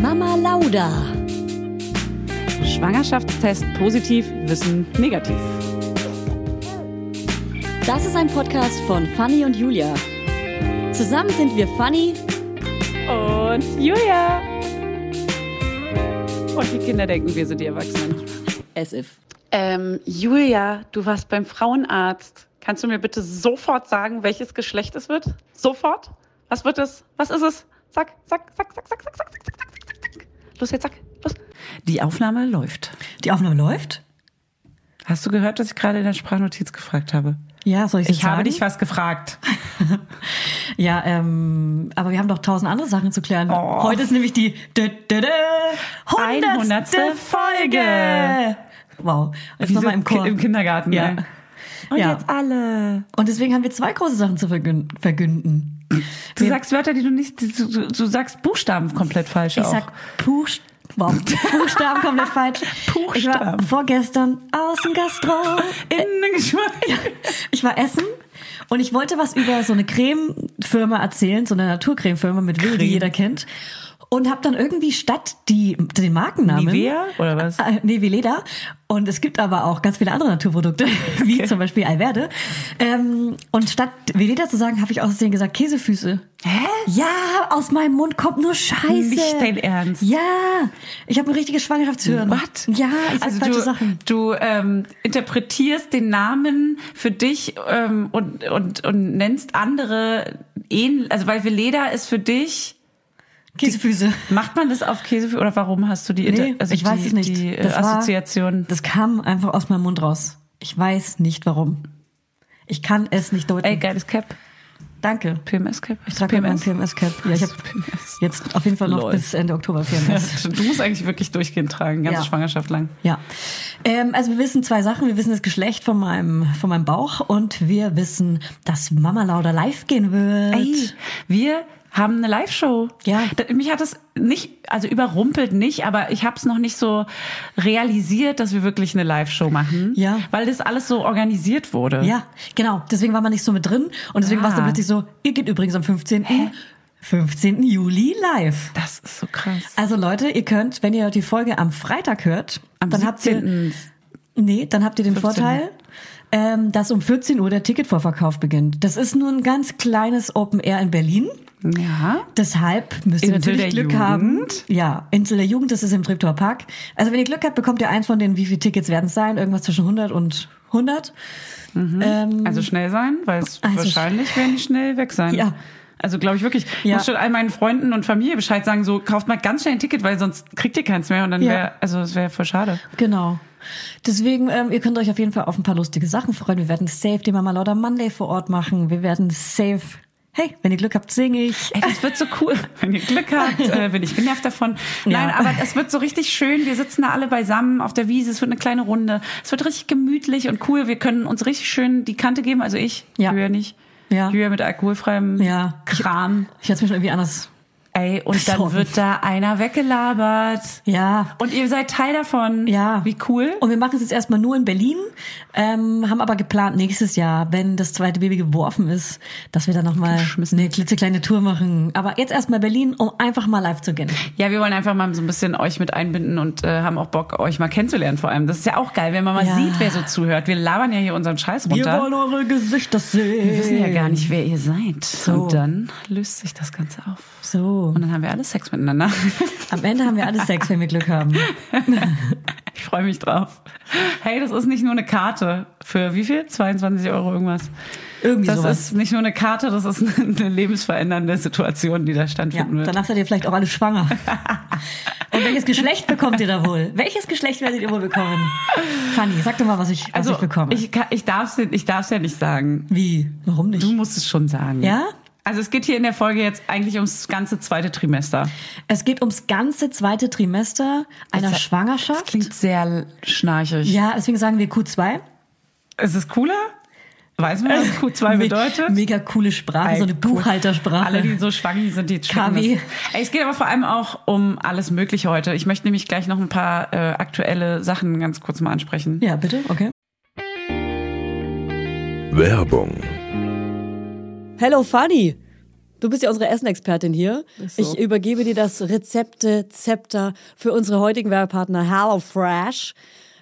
Mama Lauda. Schwangerschaftstest positiv, Wissen negativ. Das ist ein Podcast von Fanny und Julia. Zusammen sind wir Fanny Und Julia! Und die Kinder denken, wir sind die Erwachsenen. as if. Ähm, Julia, du warst beim Frauenarzt. Kannst du mir bitte sofort sagen, welches Geschlecht es wird? Sofort? Was wird es? Was ist es? Zack, zack, zack, zack, zack, zack, zack, zack, zack, zack, zack, zack. Los jetzt, zack, los. Die Aufnahme läuft. Die Aufnahme läuft? Hast du gehört, dass ich gerade in der Sprachnotiz gefragt habe? Ja, soll ich Ich sagen? habe dich was gefragt. Ja, ähm, aber wir haben doch tausend andere Sachen zu klären. Heute ist nämlich die dü- dü- dü- 100. hundertste Folge. Wow. Und Wie so nochmal im Chor. Ki- im Kindergarten, Ja. ne? Und Ja. jetzt alle. Und deswegen haben wir zwei große Sachen zu vergün verkünden. Du sagst Wörter, die du nicht, die- du, du, du sagst Buchstaben komplett falsch Ich auch. sag Puch. Wow, Buchstaben komplett falsch. Ich war Buchstaben. vorgestern außen Gastro. Innengeschmack. Ich war essen und ich wollte was über so eine Cremefirma erzählen, so eine Naturcremefirma mit Will, die jeder kennt. Und habe dann irgendwie statt die, den Markennamen. Nivea oder was? Äh, nee, wie Leder. Und es gibt aber auch ganz viele andere Naturprodukte, wie zum Beispiel Alverde. Ähm, und statt Veleda zu sagen, habe ich aus Versehen gesagt Käsefüße. Hä? Ja, aus meinem Mund kommt nur Scheiße. Nicht dein Ernst. Ja, ich habe ein richtiges Schwangerschaftshirn. What? Ja, ich sag also falsche du, Sachen. du ähm, interpretierst den Namen für dich ähm, und, und, und nennst andere ähnlich, also weil Veleda ist für dich, Käsefüße. macht man das auf Käse oder warum hast du die, inter- Nee, also ich die, weiß es nicht. die äh, Das war- Assoziation? Das kam einfach aus meinem Mund raus. Ich weiß nicht warum. Ich kann es nicht deuten. Ey, geiles Cap. Danke. PMS Cap. Ich trage mein PMS-Cap. Ja, ich habe PMS. jetzt auf jeden Fall noch Lol. bis Ende Oktober PMS. Du musst eigentlich wirklich durchgehend tragen, ganze Ja. Schwangerschaft lang. Ja. Ähm, also wir wissen zwei Sachen. Wir wissen das Geschlecht von meinem, von meinem Bauch und wir wissen, dass Mama Lauda live gehen wird. Ey, wir haben eine Live-Show. Ja. Da, mich hat es nicht, also überrumpelt nicht, aber ich habe es noch nicht so realisiert, dass wir wirklich eine Live-Show machen. Ja. Weil das alles so organisiert wurde. Ja, genau. Deswegen war man nicht so mit drin und deswegen Ah. war es dann plötzlich so, ihr geht übrigens am 15. 15. Juli live. Das ist so krass. Also Leute, ihr könnt, wenn ihr die Folge am Freitag hört, Am dann 17.. habt ihr Nee, dann habt ihr den 15.. Vorteil, ähm, dass um 14 Uhr der Ticketvorverkauf beginnt. Das ist nur ein ganz kleines Open Air in Berlin. Ja. Deshalb müsst ihr Insel natürlich der Glück Jugend. haben. Ja, Insel der Jugend, das ist im Treptower Park. Also wenn ihr Glück habt, bekommt ihr eins von den, wie viele Tickets werden es sein? Irgendwas zwischen 100 und 100. Ähm, Also schnell sein, weil es Also wahrscheinlich werden die schnell weg sein. Ja. Also glaube ich wirklich. Ich Ja. muss schon all meinen Freunden und Familie Bescheid sagen, so kauft mal ganz schnell ein Ticket, weil sonst kriegt ihr keins mehr und dann Ja. wäre, also es wäre voll schade. Genau. Deswegen, ähm, ihr könnt euch auf jeden Fall auf ein paar lustige Sachen freuen. Wir werden safe die Mama Lauda Monday vor Ort machen. Wir werden safe. Hey, wenn ihr Glück habt, singe ich. Ey, das wird so cool. Wenn ihr Glück habt, äh, bin ich genervt davon. Nein, Ja. aber es wird so richtig schön. Wir sitzen da alle beisammen auf der Wiese. Es wird eine kleine Runde. Es wird richtig gemütlich und cool. Wir können uns richtig schön die Kante geben. Also ich, Ja. Julia nicht. Ja. Julia mit alkoholfreiem Ja. Kram. Ich hatte es mir schon irgendwie anders. Ey, und dann Besoffen. wird da einer weggelabert. Ja. Und ihr seid Teil davon. Ja. Wie cool. Und wir machen es jetzt erstmal nur in Berlin, ähm, haben aber geplant, nächstes Jahr, wenn das zweite Baby geworfen ist, dass wir dann nochmal eine klitzekleine Tour machen. Aber jetzt erstmal Berlin, um einfach mal live zu gehen. Ja, wir wollen einfach mal so ein bisschen euch mit einbinden und äh, haben auch Bock, euch mal kennenzulernen vor allem. Das ist ja auch geil, wenn man mal Ja. sieht, wer so zuhört. Wir labern ja hier unseren Scheiß runter. eure Gesichter sehen. Wir wissen ja gar nicht, wer ihr seid. So. Und dann löst sich das Ganze auf. So. Und dann haben wir alle Sex miteinander. Am Ende haben wir alle Sex, wenn wir Glück haben. Ich freue mich drauf. Hey, das ist nicht nur eine Karte für wie viel? 22 Euro irgendwas. Irgendwie Das sowas. ist nicht nur eine Karte, das ist eine lebensverändernde Situation, die da Ja, stattfinden wird. danach seid ihr vielleicht auch alle schwanger. Und welches Geschlecht bekommt ihr da wohl? Welches Geschlecht werdet ihr wohl bekommen? Fanny, sag doch mal, was ich, was ich bekomme. Also, ich, kann- ich darf es ich darf's ja nicht sagen. Wie? Warum nicht? Du musst es schon sagen. Ja? Also es geht hier in der Folge jetzt eigentlich ums ganze zweite Trimester. Es geht ums ganze zweite Trimester einer Das- Das Schwangerschaft. klingt sehr schnarchig. ja, deswegen sagen wir Q2. Ist es cooler? Weiß man, was Q2 Me- bedeutet? Mega coole Sprache, so eine Ey, Buchhaltersprache. Alle, die so schwangen sind, die checken KW. das. Ey, Es geht aber vor allem auch um alles Mögliche heute. Ich möchte nämlich gleich noch ein paar äh, aktuelle Sachen ganz kurz mal ansprechen. ja, bitte, okay. Werbung. Hello Funny. Du bist ja unsere Essenexpertin hier. Ich übergebe dir das Rezepte-Zepter für unsere heutigen Werbepartner HelloFresh.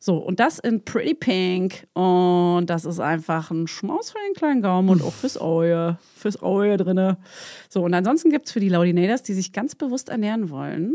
So, und das in Pretty Pink. Und das ist einfach ein Schmaus für den kleinen Gaumen und auch fürs Auge. Fürs Auge drinne. So, und ansonsten gibt es für die Laudinators, die sich ganz bewusst ernähren wollen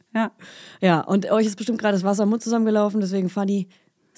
Ja. Ja, und euch ist bestimmt gerade das Wasser im Mund zusammengelaufen. Deswegen, Fanny,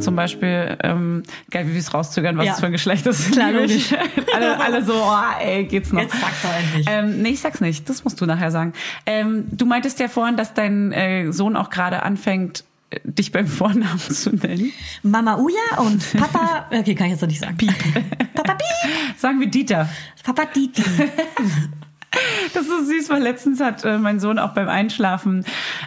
Zum Beispiel, ähm, geil, wie wir es rauszögern, was Ja. es für ein Geschlecht ist. Klar, logisch. alle, alle so, oh, ey, geht's noch. Jetzt sag's doch endlich. Ähm, nee, ich sag's nicht. Das musst du nachher sagen. Ähm, du meintest ja vorhin, dass dein äh, Sohn auch gerade anfängt, äh, dich beim Vornamen zu nennen. Mama Uja und Papa, okay, kann ich jetzt noch nicht sagen. Piep. Papa Piep. Sagen wir Dieter. Papa Didi. Das ist süß, weil letztens hat äh, mein Sohn auch beim Einschlafen,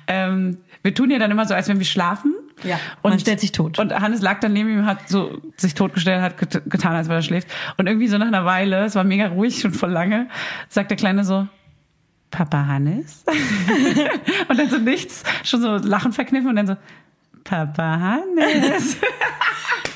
ähm, wir tun ja dann immer so, als wenn wir schlafen. Ja, man stellt sich tot. Und Hannes lag dann neben ihm, hat so sich totgestellt, hat get getan, als wenn er schläft. Und irgendwie so nach einer Weile, es war mega ruhig und voll lange, sagt der Kleine so, Papa Hannes? und dann so nichts, schon so Lachen verkniffen und dann so, Papa Hannes.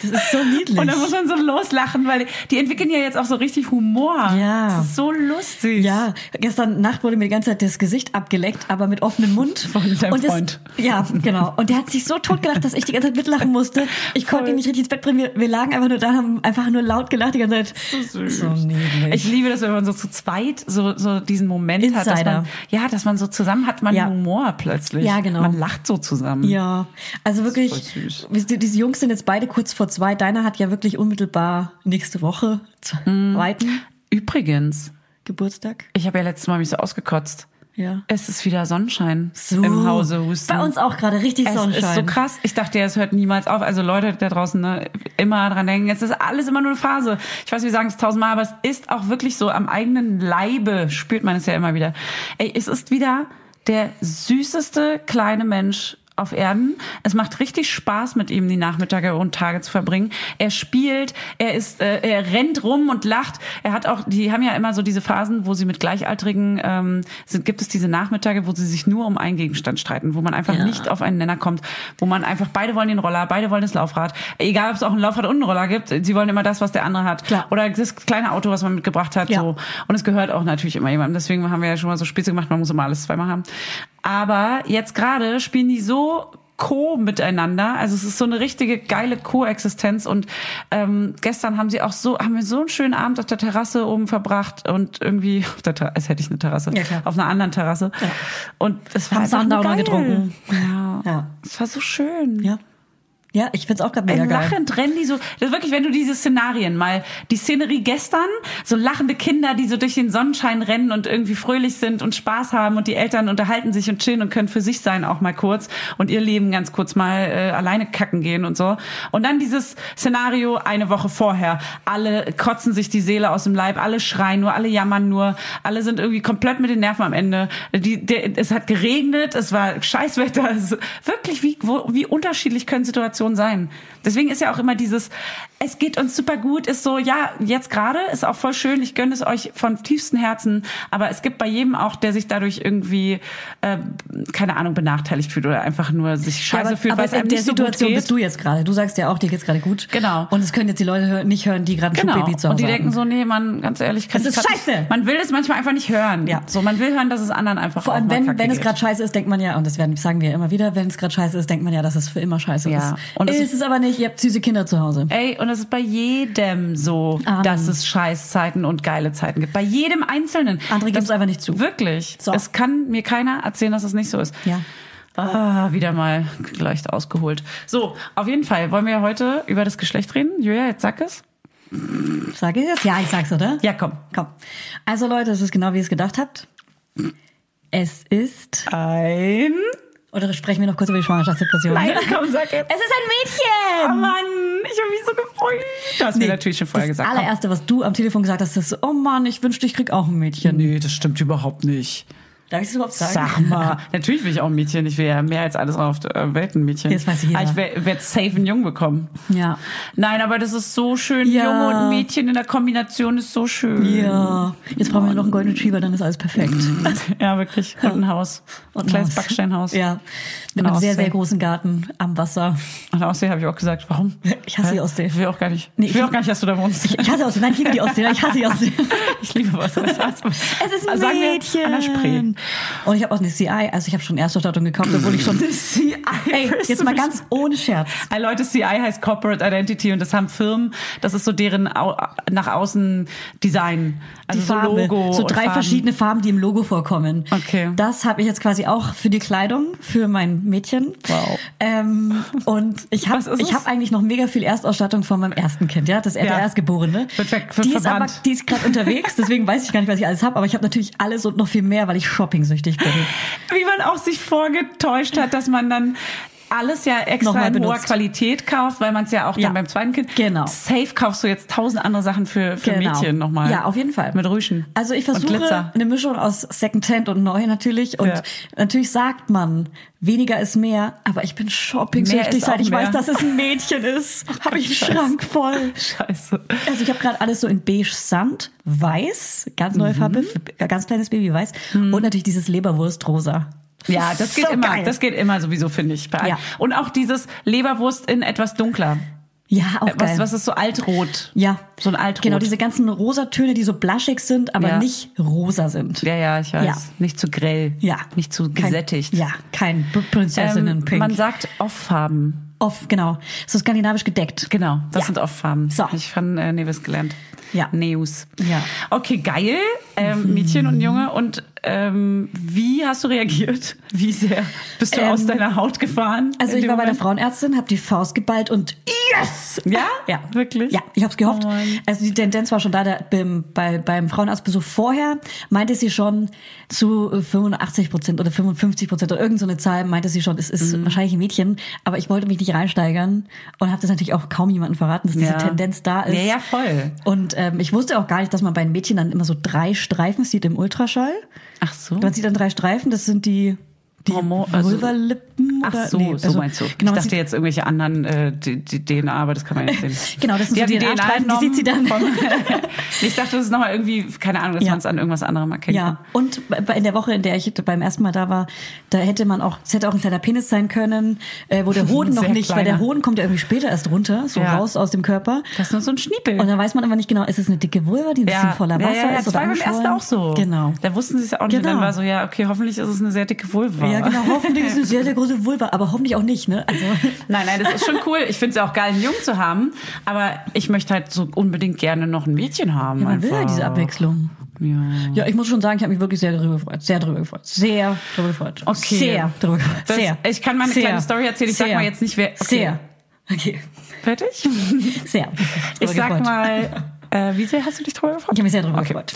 Das ist so niedlich. Und dann muss man so loslachen, weil die entwickeln ja jetzt auch so richtig Humor. Ja. Das ist so lustig. Ja, gestern Nacht wurde mir die ganze Zeit das Gesicht abgeleckt, aber mit offenem Mund. Von deinem und das, Freund. Ja, genau. Und der hat sich so tot gelacht, dass ich die ganze Zeit mitlachen musste. Ich konnte ihn nicht richtig ins Bett bringen. Wir, wir lagen einfach nur da, haben einfach nur laut gelacht die ganze Zeit. So süß. So niedlich. Ich liebe das, wenn man so zu zweit so, so diesen Moment hat. Dass Insider. man, ja, dass man so zusammen hat, man Ja. Humor plötzlich. Ja, genau. Man lacht so zusammen. ja, also wirklich, Hm. Das ist voll süß. wisst ihr, diese Jungs sind jetzt beide kurz vor zwei. Deiner hat ja wirklich unmittelbar nächste Woche Hm. zweiten Übrigens, Geburtstag. ich habe ja letztes Mal mich so ausgekotzt. Ja. Es ist wieder Sonnenschein So. im Hause Husten. Bei uns auch gerade richtig Es Sonnenschein. ist so krass. Ich dachte ja, es hört niemals auf. Also Leute da draußen, ne, immer dran denken, es ist alles immer nur eine Phase. Ich weiß, wir sagen es tausendmal, aber es ist auch wirklich so, am eigenen Leibe spürt man es ja immer wieder. Ey, es ist wieder der süßeste kleine Mensch auf Erden. Es macht richtig Spaß, mit ihm die Nachmittage und Tage zu verbringen. Er spielt, er ist, äh, er rennt rum und lacht. Er hat auch, die haben ja immer so diese Phasen, wo sie mit Gleichaltrigen ähm, sind. Gibt es diese Nachmittage, wo sie sich nur um einen Gegenstand streiten, wo man einfach Ja. nicht auf einen Nenner kommt, wo man einfach beide wollen den Roller, beide wollen das Laufrad. Egal, ob es auch ein Laufrad und einen Roller gibt, sie wollen immer das, was der andere hat. Klar. Oder das kleine Auto, was man mitgebracht hat. Ja. So. Und es gehört auch natürlich immer jemandem. Deswegen haben wir ja schon mal so Spitze gemacht, man muss immer alles zweimal haben. Aber jetzt gerade spielen die so co miteinander. Also es ist so eine richtige geile Koexistenz. Und ähm, gestern haben sie auch so, haben wir so einen schönen Abend auf der Terrasse oben verbracht und irgendwie auf der Terrasse, als hätte ich eine Terrasse, Ja, klar. auf einer anderen Terrasse. Und es war Haben einfach nur Sundowner geil. getrunken. Ja. Ja. Es war so schön. Ja. Ja, ich find's auch gerade mega Wenn geil. Äh, lachend rennen die so, das ist wirklich, wenn du diese Szenarien mal, die Szenerie gestern, so lachende Kinder, die so durch den Sonnenschein rennen und irgendwie fröhlich sind und Spaß haben und die Eltern unterhalten sich und chillen und können für sich sein auch mal kurz und ihr Leben ganz kurz mal äh, alleine kacken gehen und so. Und dann dieses Szenario eine Woche vorher. Alle kotzen sich die Seele aus dem Leib, alle schreien nur, alle jammern nur, alle sind irgendwie komplett mit den Nerven am Ende. Die, der, es hat geregnet, es war Scheißwetter. Es, wirklich, wie, wo, wie unterschiedlich können Situationen sein? Deswegen ist ja auch immer dieses, es geht uns super gut, ist so, ja, jetzt gerade ist auch voll schön, ich gönne es euch von tiefstem Herzen, aber es gibt bei jedem auch, der sich dadurch irgendwie, äh, keine Ahnung, benachteiligt fühlt oder einfach nur sich Ja, scheiße Also fühlt, weil es einem in der nicht so gut Situation geht. bist du jetzt gerade. Du sagst ja auch, dir geht's gerade gut. Genau. Und es können jetzt die Leute hö- nicht hören, die gerade ein Genau. Schubbaby zu Hause Und die hatten. denken so, nee, man, ganz ehrlich, kann Das ich ist grad scheiße. Nicht, man will es manchmal einfach nicht hören. Ja. So, man will hören, dass es anderen einfach Vor auch allem, mal wenn, oh, kacke wenn es geht. gerade scheiße ist, denkt man ja, und das werden, sagen wir immer wieder, wenn es gerade scheiße ist, denkt man ja, dass es für immer scheiße Ja. ist. Und es ist, ist- es aber nicht, ihr habt süße Kinder zu Hause. Ey, und es ist bei jedem so, Amen. dass es Scheißzeiten und geile Zeiten gibt. Bei jedem Einzelnen. Andere Das- geben's einfach nicht zu. Wirklich. So. Es kann mir keiner erzählen, dass es nicht so ist. Ja. Ah, wieder mal leicht ausgeholt. So, auf jeden Fall wollen wir heute über das Geschlecht reden. Julia, jetzt sag es. Äh. Sag ich das? Ja, ich sag's, oder? Ja, komm. Komm. Also Leute, es ist genau, wie ihr es gedacht habt. Es ist, Ein. oder sprechen wir noch kurz über die Schwangerschaftsdepression? Nein, komm, sag jetzt. Es ist ein Mädchen! Oh Mann, ich habe mich so gefreut. Du hast mir natürlich schon vorher das gesagt. komm. allererste, was du am Telefon gesagt hast, ist, so, oh Mann, ich wünschte, ich krieg auch ein Mädchen. Nee, das stimmt überhaupt nicht. Darf ich das überhaupt sagen? Sag mal. Natürlich will ich auch ein Mädchen. Ich will ja mehr als alles auf der äh, Welt ein Mädchen. Jetzt weiß jeder. Aber ich werde werd safe einen Jungen bekommen. Ja. Nein, aber das ist so schön. Ja. Junge und Mädchen in der Kombination ist so schön. Ja. Jetzt brauchen wir noch einen Golden Retriever, dann ist alles perfekt. Ja, wirklich. Und ein Haus. Und Und ein ein kleines Haus. Backsteinhaus. Ja. Mit einem Aussee. sehr, sehr großen Garten am Wasser. Und Aussee habe ich auch gesagt. Warum? Ich hasse die Weil Ostsee. Ich will auch gar nicht. Nee, ich will ich- auch gar nicht, dass du da wohnst. Ich hasse Ostsee. Nein, ich liebe die Ostsee. Ich hasse die Ostsee. Ich liebe was. Ich hasse. Es ist ein Sagen wir Mädchen. An der Spree. Und ich habe auch eine CI, also ich habe schon Erstausstattung gekauft, obwohl ich schon... CI. Ey, jetzt mal ganz ohne Scherz. Ey, Leute, CI heißt Corporate Identity und das haben Firmen, das ist so deren Au nach außen Design. Also die so Farbe. Logo. so und drei Farben. verschiedene Farben, die im Logo vorkommen. Okay. Das habe ich jetzt quasi auch für die Kleidung, für mein Mädchen. Wow. Ähm, und ich Was habe ist ich es? hab eigentlich noch mega viel Erstausstattung von meinem ersten Kind, ja, das Ja. der Erstgeborene. Wird weg, wird die ist aber, verbannt. die ist gerade unterwegs, deswegen weiß ich gar nicht, was ich alles habe, aber ich habe natürlich alles und noch viel mehr, weil ich shopping-süchtig bin. Wie man auch sich vorgetäuscht hat, dass man dann alles ja extra Nochmal in hoher benutzt. Qualität kauft, weil man es ja auch Ja. dann beim zweiten Kind. Genau. Safe kaufst du jetzt tausend andere Sachen für, für Mädchen nochmal. Ja, auf jeden Fall. Mit Rüschen. Also ich Und versuche Glitzer. eine Mischung aus Secondhand und neu natürlich. Und Ja. natürlich sagt man, weniger ist mehr, aber ich bin Mehr shopping-süchtig ist seit auch ich mehr. weiß, dass es ein Mädchen ist. Habe ich einen Scheiße. Schrank voll. Scheiße. Also ich habe gerade alles so in beige Sand, weiß, ganz Mhm. neue Farbe, für ganz kleines Baby weiß und natürlich dieses Leberwurstrosa. Ja, das geht So immer. geil. Das geht immer sowieso, finde ich. Bei allen. Ja. Und auch dieses Leberwurst in etwas dunkler. ja, auch geil. Äh, Was, was ist so altrot? ja, So ein altrot. Genau, diese ganzen Rosatöne, die so blaschig sind, aber Ja. nicht rosa sind. Ja, ja, ich weiß. Ja. Nicht zu grell. Ja. Nicht zu Kein- gesättigt. Ja, kein B- Ähm, Prinzessinnen-Pink. man sagt Off-Farben. Off, genau. So skandinavisch gedeckt. Genau, das Ja. sind Off-Farben. So. Ich von äh, Neves gelernt. Ja. Neus. Ja. Okay, geil. Ähm, Mädchen und Junge. Und ähm, wie hast du reagiert? Wie sehr bist du Ähm, aus deiner Haut gefahren? Also in ich dem war bei der Moment? Frauenärztin, habe die Faust geballt und yes! Ja? Ja. Wirklich? Ja, ich habe es gehofft. Oh Mann. also die Tendenz war schon da, der, beim, bei, beim Frauenarztbesuch vorher meinte sie schon zu äh, 85 Prozent oder 55 Prozent oder irgendeine so eine Zahl, meinte sie schon, es ist Mhm. wahrscheinlich ein Mädchen, aber ich wollte mich nicht reinsteigern und habe das natürlich auch kaum jemandem verraten, dass diese Ja. Tendenz da ist. Ja, ja, voll. Und ähm, ich wusste auch gar nicht, dass man bei den Mädchen dann immer so drei Streifen sieht im Ultraschall. Ach so. Man sieht dann drei Streifen, das sind die Die Hormon- also- Vulvalippen? Ach oder- so, nee, so also- meinst du. Genau, ich sie- dachte jetzt irgendwelche anderen äh, die, die DNA, aber das kann man jetzt sehen. Genau, das sind so haben die DNA-Streifen, die sieht sie dann. genommen von- ich dachte, das ist nochmal irgendwie, keine Ahnung, dass Ja. man es an irgendwas anderem erkennt. Ja, und bei- in der Woche, in der ich beim ersten Mal da war, da hätte man auch, es hätte auch ein kleiner Penis sein können, äh, wo der Hoden noch Sehr nicht, weil kleiner. der Hoden kommt ja irgendwie später erst runter, so Ja. raus aus dem Körper. Das ist nur so ein Schniepel. Und dann weiß man aber nicht genau, ist es eine dicke Vulva, die ein bisschen voller Wasser ja, ja, das ist oder war beim ersten angeschwollen? auch so. Genau. Da wussten sie es ja auch nicht. Und Genau. dann war so, ja, okay, hoffentlich ist es eine sehr dicke Vulva. Ja, genau, hoffentlich ist es eine sehr, sehr große Vulva, aber hoffentlich auch nicht, ne? Also, Nein, nein, das ist schon cool. Ich finde es ja auch geil, einen Jungen zu haben. Aber ich möchte halt so unbedingt gerne noch ein Mädchen haben. ja, man einfach. will ja diese Abwechslung. Ja. Ja, ich muss schon sagen, ich habe mich wirklich sehr darüber gefreut. Sehr darüber gefreut. Sehr darüber gefreut. Okay. Sehr darüber gefreut. Das- Sehr. ich kann mal eine Sehr. kleine Story erzählen. Ich sag Sehr. mal jetzt nicht, wer- okay. Sehr. Okay. Fertig? Sehr. Ich Darüber sag gefreut. mal, äh, wie sehr hast du dich drüber gefreut? Ich habe mich sehr darüber gefreut.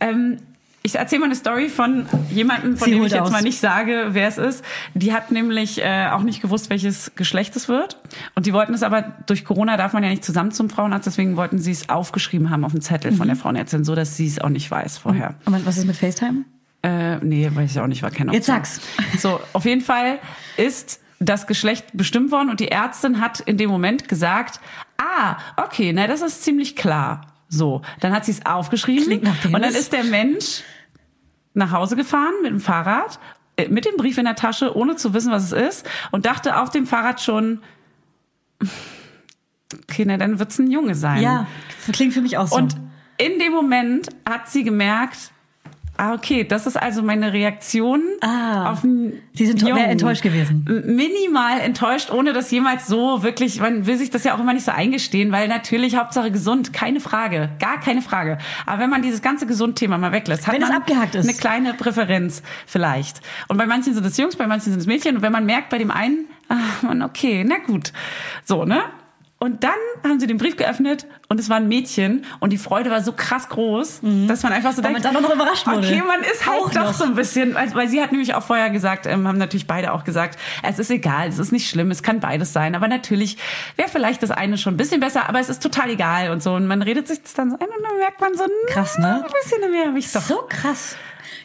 Ähm, ich erzähle mal eine Story von jemandem, von Sie dem holt ich jetzt aus. mal nicht sage, wer es ist. Die hat nämlich äh, auch nicht gewusst, welches Geschlecht es wird. Und die wollten es aber, durch Corona darf man ja nicht zusammen zum Frauenarzt, deswegen wollten sie es aufgeschrieben haben auf dem Zettel Mhm. von der Frauenärztin, so dass sie es auch nicht weiß vorher. Aber was ist mit FaceTime? Äh, nee, weiß ich auch nicht, war keine Jetzt Option. sag's. So, auf jeden Fall ist das Geschlecht bestimmt worden und die Ärztin hat in dem Moment gesagt, ah, okay, na, das ist ziemlich klar. So, dann hat sie es aufgeschrieben Klingt nach Penis. und dann ist der Mensch nach Hause gefahren mit dem Fahrrad, äh, mit dem Brief in der Tasche, ohne zu wissen, was es ist und dachte auf dem Fahrrad schon, okay, na, dann wird's ein Junge sein. Ja, klingt für mich auch so. Und in dem Moment hat sie gemerkt, ah, okay, das ist also meine Reaktion Ah. auf einen Sie sind to- Jungen. wäre enttäuscht gewesen. M- Minimal enttäuscht, ohne das jemals so wirklich, man will sich das ja auch immer nicht so eingestehen, weil natürlich Hauptsache gesund, keine Frage, gar keine Frage. Aber wenn man dieses ganze Gesund-Thema mal weglässt, hat Wenn es man abgehakt ist. eine kleine Präferenz vielleicht. Und bei manchen sind es Jungs, bei manchen sind es Mädchen. Und wenn man merkt bei dem einen, ach man, okay, na gut. So, ne? Und dann haben sie den Brief geöffnet und es war ein Mädchen und die Freude war so krass groß, dass man einfach so Mhm. Weil denkt, man dann auch noch überrascht wurde. okay, man ist halt Auch doch noch. so ein bisschen, weil, weil sie hat nämlich auch vorher gesagt, ähm, haben natürlich beide auch gesagt, es ist egal, es ist nicht schlimm, es kann beides sein, aber natürlich wäre vielleicht das eine schon ein bisschen besser, aber es ist total egal und so und man redet sich das dann so ein und dann merkt man so, Krass, na, ne? Ein bisschen mehr habe ich doch. So krass.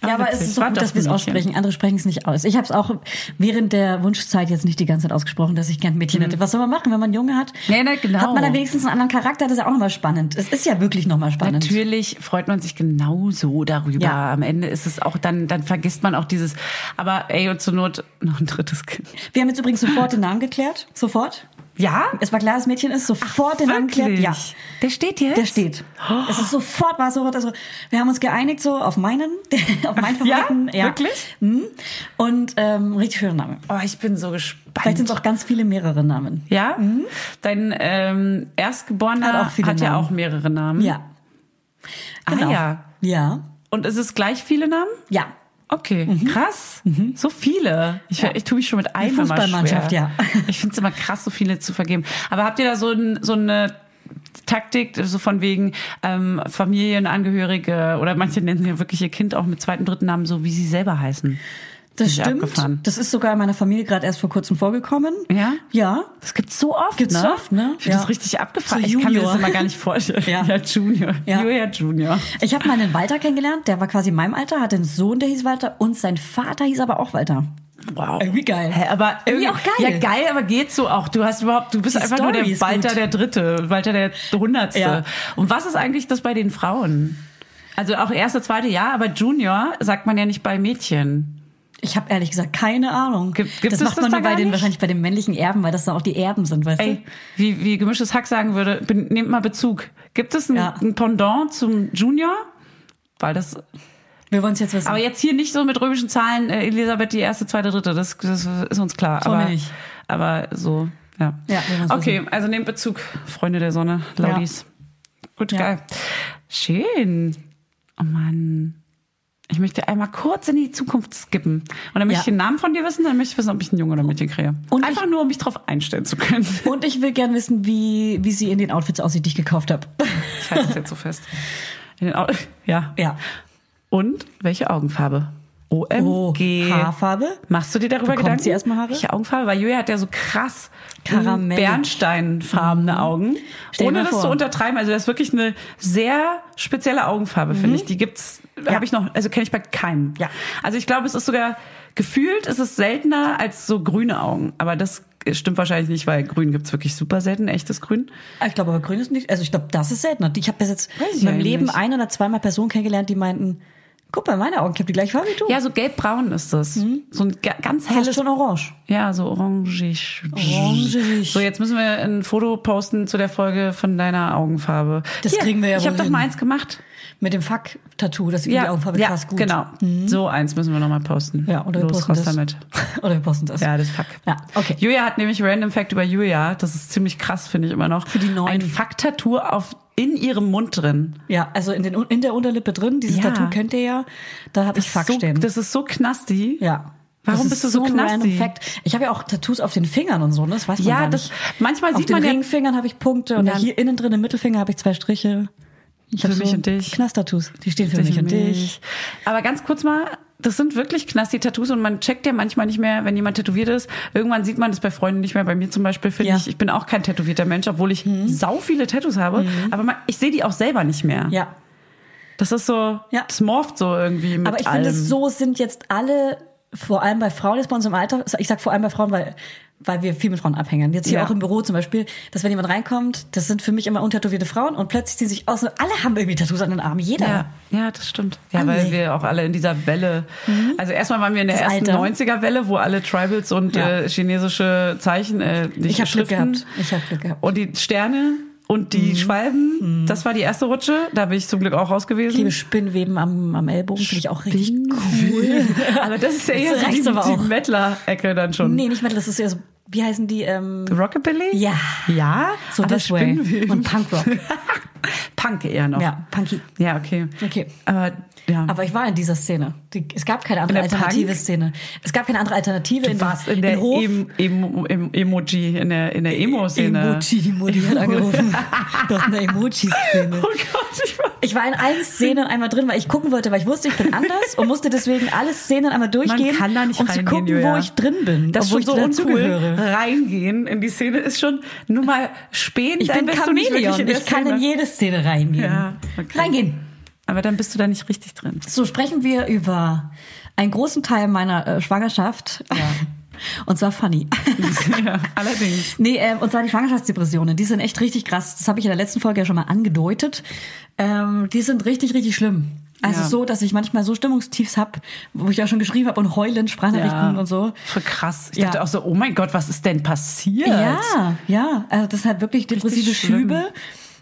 Ah, Ja, aber witzig. es ist doch War gut, doch dass wir es ein aussprechen. Andere sprechen es nicht aus. Ich habe es auch während der Wunschzeit jetzt nicht die ganze Zeit ausgesprochen, dass ich gern ein Mädchen hätte. Was soll man machen, wenn man einen Junge hat? Nee, nee, Hm. genau. Hat man dann wenigstens einen anderen Charakter? Das ist ja auch nochmal spannend. Es ist ja wirklich nochmal spannend. Natürlich freut man sich genauso darüber. Ja. Am Ende ist es auch dann, dann vergisst man auch dieses, aber ey, und zur Not noch ein drittes Kind. Wir haben jetzt übrigens sofort den Namen geklärt. Sofort. Ja? Es war klar, das Mädchen ist sofort den Namen geklärt. Ja. Der steht jetzt? Der steht. Oh. Es ist sofort, war sofort. Also wir haben uns geeinigt so auf meinen, auf meinen Ja? Favoriten. Wirklich? Mhm. Und ähm, richtig schöner Name. Oh, ich bin so gespannt. Vielleicht sind es auch ganz viele mehrere Namen. Ja? Dein ähm, Erstgeborener Mhm. Hat hat, auch viele ja Namen. auch mehrere Namen. Ja. Ah, ja. Hm? Ja. Und ist es gleich viele Namen? Ja. Okay, Mhm. krass. So viele. Ich, ich tue mich schon mit einem immer Fußballmannschaft, schwer. ja. Ich finde es immer krass, so viele zu vergeben. Aber habt ihr da so, ein, so eine Taktik, so von wegen ähm, Familienangehörige oder manche nennen ja wirklich ihr Kind auch mit zweiten, dritten Namen so, wie sie selber heißen? Bin Das ich stimmt. abgefahren. Das ist sogar in meiner Familie gerade erst vor kurzem vorgekommen. Ja? Ja. Das gibt's so oft, Gibt's ne? so oft, ne? Ich finde Ja. das richtig abgefahren. So ich kann mir das Junior. immer gar nicht vorstellen. Ja. Junior. Ja. Julia Junior. Ich habe mal einen Walter kennengelernt, der war quasi in meinem Alter, hatte einen Sohn, der hieß Walter und sein Vater hieß aber auch Walter. Wow. Irgendwie geil. Hä, aber Irgendwie irgendwie auch geil. Ja, geil, aber geht so auch. Du hast überhaupt, du bist Die einfach nur Story der ist Walter gut. der Dritte, Walter der Hundertste. Ja. Und was ist eigentlich das bei den Frauen? Also auch erste, zweite Jahr, aber Junior sagt man ja nicht bei Mädchen. Ich habe ehrlich gesagt keine Ahnung. Gibt- gibt das es macht das man da nur bei gar den nicht? wahrscheinlich bei den männlichen Erben, weil das dann auch die Erben sind, weißt Ey, wie, wie gemischtes Hack sagen würde, bin, nehmt mal Bezug. Gibt es ein, Ja. ein Pendant zum Junior? Weil das, du? Wir wollen es jetzt wissen. aber jetzt hier nicht so mit römischen Zahlen, äh, Elisabeth die erste, zweite, dritte, das, das ist uns klar. Wollen wir Aber, nicht. aber so, ja. Ja, wir wollen's okay, also nehmt Bezug, Freunde der Sonne, Laudis. Gut, Ja. geil. Schön. Oh Mann. Ich möchte einmal kurz in die Zukunft skippen. Und dann möchte Ja. ich den Namen von dir wissen, dann möchte ich wissen, ob ich einen Junge oder ein Mädchen kriege. Und Einfach nur, um mich drauf einstellen zu können. und ich will gern wissen, wie, wie sie in den Outfits aussieht, die ich gekauft habe. Ich halte es jetzt so fest. In den Au ja. ja. Und welche Augenfarbe? OMG. Oh, Haarfarbe? Machst du dir darüber Bekommt Gedanken? sie erstmal Haare? Welche Augenfarbe? Weil Julia hat ja so krass Karamell. Mhm. bernsteinfarbene Augen. Stell dir ohne mal das vor. zu untertreiben. Also das ist wirklich eine sehr spezielle Augenfarbe, finde ich. Die gibt's, habe ich noch, also kenne ich bei keinem. Mhm. Ja. Also ich glaube, es ist sogar gefühlt, ist es seltener als so grüne Augen. Aber das stimmt wahrscheinlich nicht, weil grün gibt's wirklich super selten, echtes Grün. Ah, Ich glaube aber grün ist nicht, also ich glaube, das ist seltener. Ich habe bis jetzt Weiß ich in meinem eigentlich Leben nicht. ein oder zweimal Personen kennengelernt, die meinten, guck mal, meine Augen, ich habe die gleiche Farbe wie du. Ja, so gelbbraun ist das. Mhm. So ein ga- ganz Hell helles ist schon orange. Ja, so orangig. Orangig. So, jetzt müssen wir ein Foto posten zu der Folge von deiner Augenfarbe. Das kriegen wir ja Ich wohl habe doch hin. mal eins gemacht. Mit dem Fuck-Tattoo, das ist ja, die Augenfarbe ja, krass gut. Mhm. genau. So eins müssen wir noch mal posten. Ja, oder wir Los, posten raus das. damit. Oder wir posten das. Ja, das Fuck. Ja, okay. Julia hat nämlich Random Fact über Julia. Das ist ziemlich krass, finde ich immer noch. Für die Neuen. Ein Fuck-Tattoo auf, in ihrem Mund drin. Ja, also in, den, in der Unterlippe drin, dieses Ja. Tattoo kennt ihr ja. Da habe ich Fuck so, stehen. Das ist so knasti. ja. Warum Das ist bist du so ein random knasti? Fact. Ich habe ja auch Tattoos auf den Fingern und so, ne? das weiß man Ja, gar das, nicht. manchmal auf sieht den man ja Ringfingern habe ich Punkte und Ja. hier innen drin im Mittelfinger habe ich zwei Striche. Ich habe Für mich und dich. Knast-Tattoos. Die stehen für mich und dich. Aber ganz kurz mal, das sind wirklich knasti Tattoos und man checkt ja manchmal nicht mehr, wenn jemand tätowiert ist. Irgendwann sieht man das bei Freunden nicht mehr. Bei mir zum Beispiel finde Ja. Mhm. ich, ich bin auch kein tätowierter Mensch, obwohl ich sau viele Tattoos habe. Aber man, ich sehe die auch selber nicht mehr. Ja. Das ist so, Ja. das morpht so irgendwie mit Aber ich allem. finde, so sind jetzt alle, vor allem bei Frauen, jetzt bei uns im Alter, ich sag vor allem bei Frauen, weil weil wir viel mit Frauen abhängen. Jetzt hier Ja. auch im Büro zum Beispiel, dass wenn jemand reinkommt, das sind für mich immer untätowierte Frauen und plötzlich ziehen sich aus und alle haben irgendwie Tattoos an den Armen. Jeder. ja, ja, das stimmt. Ja, Ah, weil nee. wir auch alle in dieser Welle. Also erstmal waren wir in der Mhm. Das ersten Alter. 90er-Welle, wo alle Tribals und Ja. äh, chinesische Zeichen, äh, nicht Ich hab Glück Schriften. gehabt. Ich hab Glück gehabt. Mhm. Und die Sterne und die Schwalben, das war die erste Rutsche. Da bin ich zum Glück auch raus Ich liebe gewesen. Spinnweben am, am Ellbogen, finde ich auch richtig cool. aber das ist ja eher Das so die, reicht's aber auch. die Mettler-Ecke dann schon. Nee, nicht mehr, das ist eher so, wie heißen die? Ähm, Rockabilly? Ja. Ja? so aber This Way Spinnweben. und Punkrock. Punk eher noch. Ja, Punky. Ja, okay. Okay. Aber, ja. Aber ich war in dieser Szene. Die, es gab keine andere In der alternative Punk? Szene. Es gab keine andere Alternative in, Du dem- warst in der im Hof. em, em, em, Emoji, in der, in der Emo-Szene. Emoji, die Mutti hat angerufen. Das ist eine Emoji-Szene. Oh Gott, ich war... Ich war in allen Szenen einmal drin, weil ich gucken wollte, weil ich wusste, ich bin anders und musste deswegen alle Szenen einmal durchgehen, Man kann da nicht um zu reingehen, gucken, Julia. wo ich drin bin, Das ist obwohl schon so ich uncool. dazugehöre. Reingehen in die Szene ist schon nur mal spähen. Ich dann bin bist du nicht wirklich Chamäleon, der ich kann Szene. in jede Szene reingehen. Ja, okay. Reingehen. Aber dann bist du da nicht richtig drin. So sprechen wir über einen großen Teil meiner äh, Schwangerschaft. Und zwar funny. ja, allerdings. Nee, ähm, und zwar die Schwangerschaftsdepressionen, die sind echt richtig krass. Das habe ich in der letzten Folge ja schon mal angedeutet. Ähm, die sind richtig, richtig schlimm. Also Ja. so, dass ich manchmal so Stimmungstiefs hab, wo ich ja schon geschrieben habe und heulend Sprachnachrichten und so. Voll krass. Ich Ja. dachte auch so, oh mein Gott, was ist denn passiert? Ja, ja. Also das hat wirklich depressive schlimm. Schübe.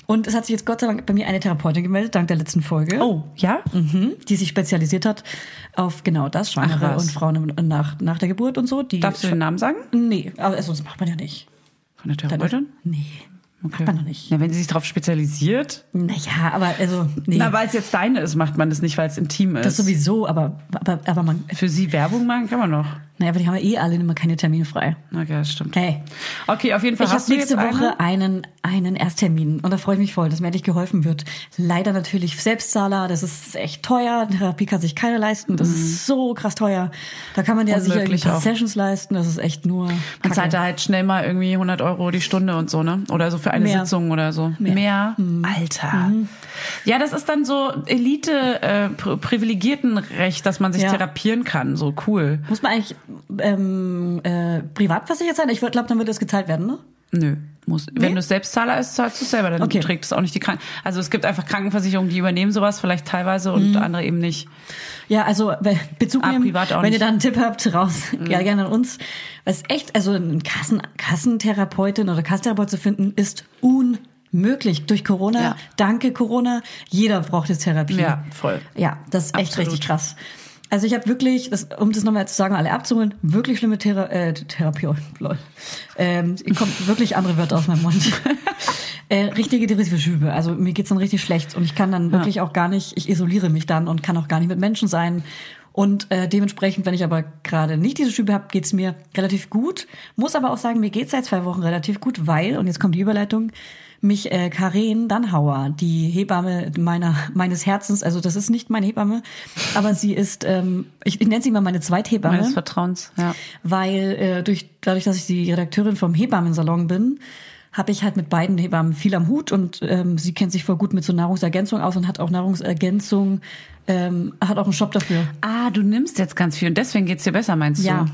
Und es hat sich jetzt Gott sei Dank bei mir eine Therapeutin gemeldet, dank der letzten Folge. Oh, ja? Mhm, die sich spezialisiert hat auf genau das, Schwangere Ach, was. und Frauen im- nach, nach der Geburt und so. Die Darfst du den Namen sagen? Nee, aber sonst macht man ja nicht. Von der Dann- Therapeutin? Nee, macht man noch nicht. Na, wenn sie sich darauf spezialisiert. Naja, aber also, nee. Hm. Na, weil es jetzt deine ist, macht man das nicht, weil es intim ist. Das sowieso, aber, aber, aber man, Für sie Werbung machen kann man noch. naja, aber die haben ja eh alle immer keine Termine frei. Na ja, stimmt. Hey. Okay, auf jeden Fall Ich hast habe du nächste jetzt Woche einen, einen Ersttermin und da freue ich mich voll, dass mir endlich geholfen wird. Leider natürlich Selbstzahler, das ist echt teuer. Therapie kann sich keiner leisten, das ist so krass teuer. Da kann man ja sich irgendwie Mhm. Unmöglich ein paar auch. Sessions leisten, das ist echt nur. Man Kacke. zahlt da halt schnell mal irgendwie 100 Euro die Stunde und so, ne? Oder so für eine Mehr. Mhm. Sitzung oder so. Mehr. Alter. Ja, das ist dann so Elite, äh, Pri- Privilegiertenrecht, dass man sich Ja. therapieren kann. So cool. Muss man eigentlich ähm, äh, privat versichert sein? Ich glaube, dann würde das gezahlt werden, ne? Nö. Muss, Wenn du es selbst zahler ist, zahlst du es selber, dann Okay. trägt es auch nicht die Kranken. Also es gibt einfach Krankenversicherungen, die übernehmen sowas vielleicht teilweise Mhm. und andere eben nicht. Ja, also wenn- Bezug Ah, nehmen, privat auch wenn nicht. ihr Mhm. da einen Tipp habt, raus, ja, gerne an uns. Weil es echt, also eine Kassen, Kassentherapeutin oder Kassentherapeut zu finden, ist unmöglich. Durch Corona, Ja. danke Corona, jeder braucht jetzt Therapie. Ja, voll. Ja, das ist echt Absolut. richtig krass. Also ich habe wirklich, das, um das nochmal zu sagen, alle abzuholen, wirklich schlimme Thera äh, Therapie, oh, lol. Ähm, kommt wirklich andere Wörter aus meinem Mund. äh, richtige depressive Schübe. Also mir geht's dann richtig schlecht und ich kann dann wirklich auch gar nicht, ich isoliere mich dann und kann auch gar nicht mit Menschen sein. Und äh, dementsprechend, wenn ich aber gerade nicht diese Schübe habe, geht's mir relativ gut. Muss aber auch sagen, mir geht's seit zwei Wochen relativ gut, weil, und jetzt kommt die Überleitung, mich äh, Karen Dannhauer, die Hebamme meiner meines Herzens, also das ist nicht meine Hebamme, aber sie ist, ähm, ich, ich nenne sie mal meine Zweithebamme Meines Vertrauens, ja. weil äh, durch, dadurch, dass ich die Redakteurin vom Hebammensalon bin, habe ich halt mit beiden Hebammen viel am Hut und ähm, sie kennt sich voll gut mit so Nahrungsergänzung aus und hat auch Nahrungsergänzung, ähm, hat auch einen Shop dafür. Ah, du nimmst jetzt ganz viel und deswegen geht's dir besser, meinst Ja. du?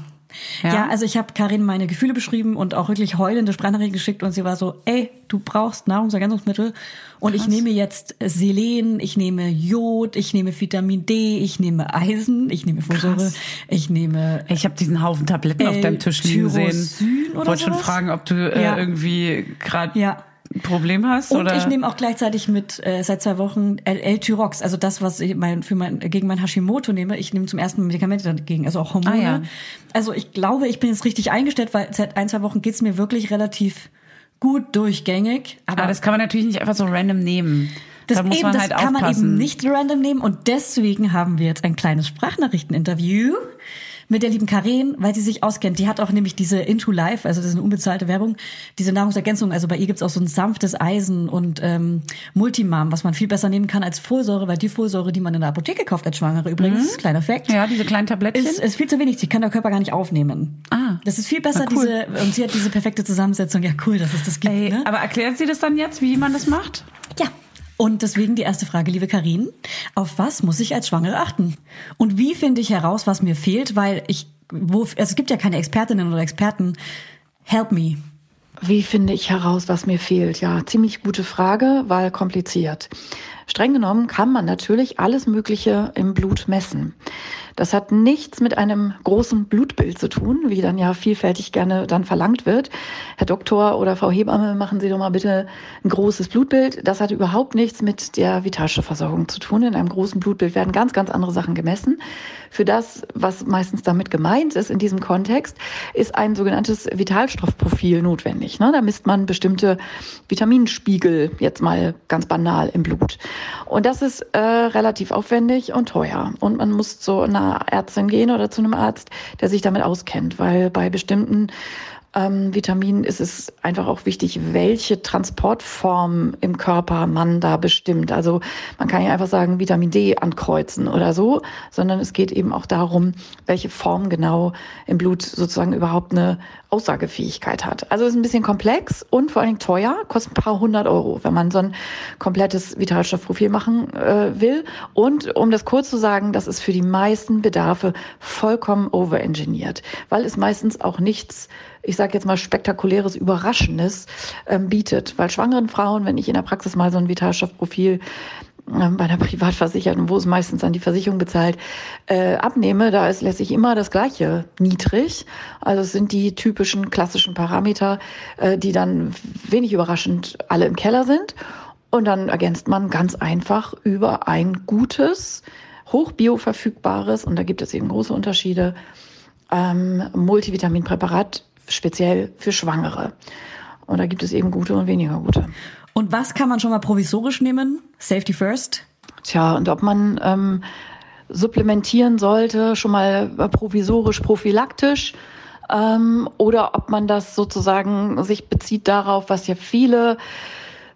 Ja. also ich habe Karin meine Gefühle beschrieben und auch wirklich heulende Sprachnachrichten geschickt und sie war so, ey, du brauchst Nahrungsergänzungsmittel und ich nehme jetzt Selen, ich nehme Jod, ich nehme Vitamin D, ich nehme Eisen, ich nehme Folsäure, ich nehme Ich habe diesen Haufen Tabletten auf L- deinem Tisch liegen Äh, Tyrosin sehen. oder Wollte schon sowas? fragen, ob du äh, Ja. irgendwie gerade Ja. ein Problem hast Und oder ich nehme auch gleichzeitig mit äh, seit zwei Wochen L- L-Tyrox, also das, was ich mein, für mein, gegen mein Hashimoto nehme. Ich nehme zum ersten Mal Medikamente dagegen, also auch Hormone. Ah, ja. Also ich glaube, ich bin jetzt richtig eingestellt, weil seit ein, zwei Wochen geht's mir wirklich relativ gut durchgängig. Aber Ah, das kann man natürlich nicht einfach so random nehmen. das da muss eben, man das halt kann aufpassen. man eben nicht random nehmen. Und deswegen haben wir jetzt ein kleines Sprachnachrichteninterview mit der lieben Karen, weil sie sich auskennt. Die hat auch nämlich diese Into Life, also das ist eine unbezahlte Werbung, diese Nahrungsergänzung. Also bei ihr gibt's auch so ein sanftes Eisen und ähm, Multimarm, was man viel besser nehmen kann als Folsäure, weil die Folsäure, die man in der Apotheke kauft als Schwangere übrigens, kleiner Fact. Mhm. Ja, diese kleinen Tablettchen. Ist, ist viel zu wenig, die kann der Körper gar nicht aufnehmen. Ah. Das ist viel besser, Na, cool. diese, und sie hat diese perfekte Zusammensetzung. Ja, cool, dass es das gibt. Ey, ne? Aber erklärt sie das dann jetzt, wie man das macht? Ja. Und deswegen die erste Frage, liebe Karin. Auf was muss ich als Schwangere achten? Und wie finde ich heraus, was mir fehlt? Weil ich, wo, also es gibt ja keine Expertinnen oder Experten. Help me. Wie finde ich heraus, was mir fehlt? Ja, ziemlich gute Frage, weil kompliziert. Streng genommen kann man natürlich alles Mögliche im Blut messen. Das hat nichts mit einem großen Blutbild zu tun, wie dann ja vielfältig gerne dann verlangt wird. Herr Doktor oder Frau Hebamme, machen Sie doch mal bitte ein großes Blutbild. Das hat überhaupt nichts mit der Vitalstoffversorgung zu tun. In einem großen Blutbild werden ganz, ganz andere Sachen gemessen. Für das, was meistens damit gemeint ist in diesem Kontext, ist ein sogenanntes Vitalstoffprofil notwendig. Ne? Da misst man bestimmte Vitaminspiegel, jetzt mal ganz banal im Blut. Und das ist äh, relativ aufwendig und teuer. Und man muss zu einer Ärztin gehen oder zu einem Arzt, der sich damit auskennt, weil bei bestimmten ähm, Vitaminen ist es einfach auch wichtig, welche Transportform im Körper man da bestimmt. Also man kann ja einfach sagen, Vitamin D ankreuzen oder so, sondern es geht eben auch darum, welche Form genau im Blut sozusagen überhaupt eine Aussagefähigkeit hat. Also ist ein bisschen komplex und vor allen Dingen teuer, kostet ein paar hundert Euro, wenn man so ein komplettes Vitalstoffprofil machen äh, will. Und um das kurz zu sagen, das ist für die meisten Bedarfe vollkommen overengineert, weil es meistens auch nichts ich sage jetzt mal, spektakuläres, Überraschendes ähm, bietet. Weil schwangeren Frauen, wenn ich in der Praxis mal so ein Vitalstoffprofil ähm, bei einer Privatversicherten, wo es meistens an die Versicherung bezahlt, äh, abnehme, da ist letztlich immer das Gleiche niedrig. Also es sind die typischen klassischen Parameter, äh, die dann wenig überraschend alle im Keller sind. Und dann ergänzt man ganz einfach über ein gutes, hochbioverfügbares, und da gibt es eben große Unterschiede, ähm, Multivitaminpräparat speziell für Schwangere. Und da gibt es eben gute und weniger gute. Und was kann man schon mal provisorisch nehmen? Safety first. Tja, und ob man ähm, supplementieren sollte, schon mal äh, provisorisch, prophylaktisch, ähm, oder ob man das sozusagen sich bezieht darauf, was ja viele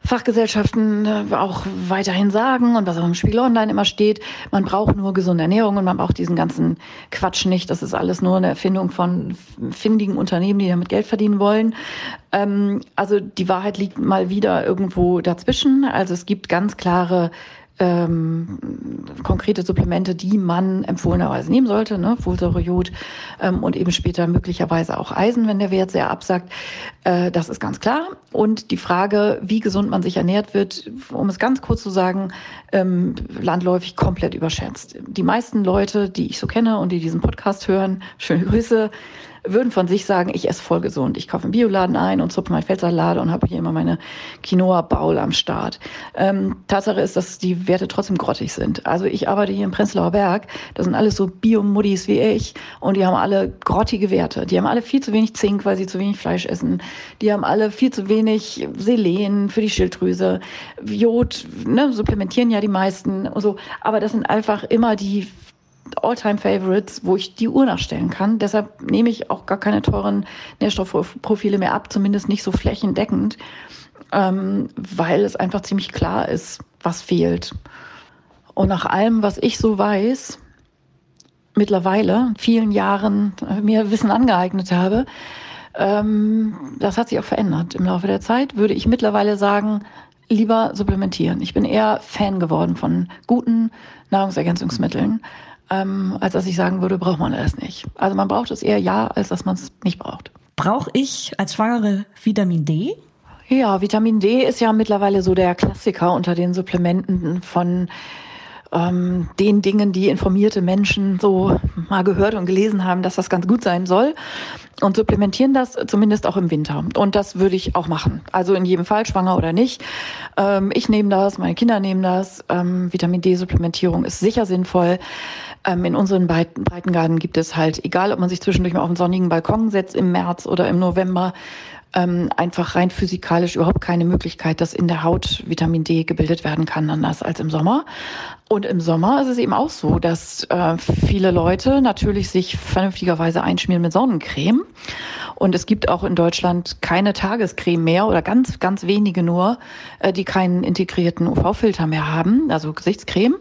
Fachgesellschaften äh, auch weiterhin sagen und was auch im Spiegel Online immer steht, man braucht nur gesunde Ernährung und man braucht diesen ganzen Quatsch nicht. Das ist alles nur eine Erfindung von findigen Unternehmen, die damit Geld verdienen wollen. Ähm, also die Wahrheit liegt mal wieder irgendwo dazwischen. Also es gibt ganz klare ähm, konkrete Supplemente, die man empfohlenerweise nehmen sollte, ne? Folsäure, Jod ähm, und eben später möglicherweise auch Eisen, wenn der Wert sehr absagt. Äh, das ist ganz klar. Und die Frage, wie gesund man sich ernährt wird, um es ganz kurz zu sagen, ähm, landläufig komplett überschätzt. Die meisten Leute, die ich so kenne und die diesen Podcast hören, schöne Grüße, würden von sich sagen, ich esse voll gesund. Ich kaufe im Bioladen ein und zupfe meinen Feldsalat und habe hier immer meine Quinoa-Baul am Start. Ähm, Tatsache ist, dass die Werte trotzdem grottig sind. Also ich arbeite hier im Prenzlauer Berg. Das sind alles so Bio-Muddis wie ich und die haben alle grottige Werte. Die haben alle viel zu wenig Zink, weil sie zu wenig Fleisch essen. Die haben alle viel zu wenig Selen für die Schilddrüse. Jod, ne, supplementieren ja die meisten und so. Aber das sind einfach immer die All-Time-Favorites, wo ich die Uhr nachstellen kann. Deshalb nehme ich auch gar keine teuren Nährstoffprofile mehr ab, zumindest nicht so flächendeckend. ähm, weil es einfach ziemlich klar ist, was fehlt. Und nach allem, was ich so weiß, mittlerweile, vielen Jahren äh, mir Wissen angeeignet habe, ähm, das hat sich auch verändert im Laufe der Zeit, würde ich mittlerweile sagen, lieber supplementieren. Ich bin eher Fan geworden von guten Nahrungsergänzungsmitteln, ähm, als dass ich sagen würde, braucht man das nicht. Also man braucht es eher ja, als dass man es nicht braucht. Brauche ich als Schwangere Vitamin D? Ja, Vitamin D ist ja mittlerweile so der Klassiker unter den Supplementen von ähm, den Dingen, die informierte Menschen so mal gehört und gelesen haben, dass das ganz gut sein soll und supplementieren das zumindest auch im Winter. Und das würde ich auch machen. Also in jedem Fall, schwanger oder nicht. Ähm, ich nehme das, meine Kinder nehmen das. Ähm, Vitamin D-Supplementierung ist sicher sinnvoll. Ähm, in unseren Breit- Breitengarten gibt es halt, egal ob man sich zwischendurch mal auf einen sonnigen Balkon setzt im März oder im November, ähm, einfach rein physikalisch überhaupt keine Möglichkeit, dass in der Haut Vitamin D gebildet werden kann, anders als im Sommer. Und im Sommer ist es eben auch so, dass äh, viele Leute natürlich sich vernünftigerweise einschmieren mit Sonnencreme. Und es gibt auch in Deutschland keine Tagescreme mehr oder ganz, ganz wenige nur, äh, die keinen integrierten UV-Filter mehr haben, also Gesichtscreme.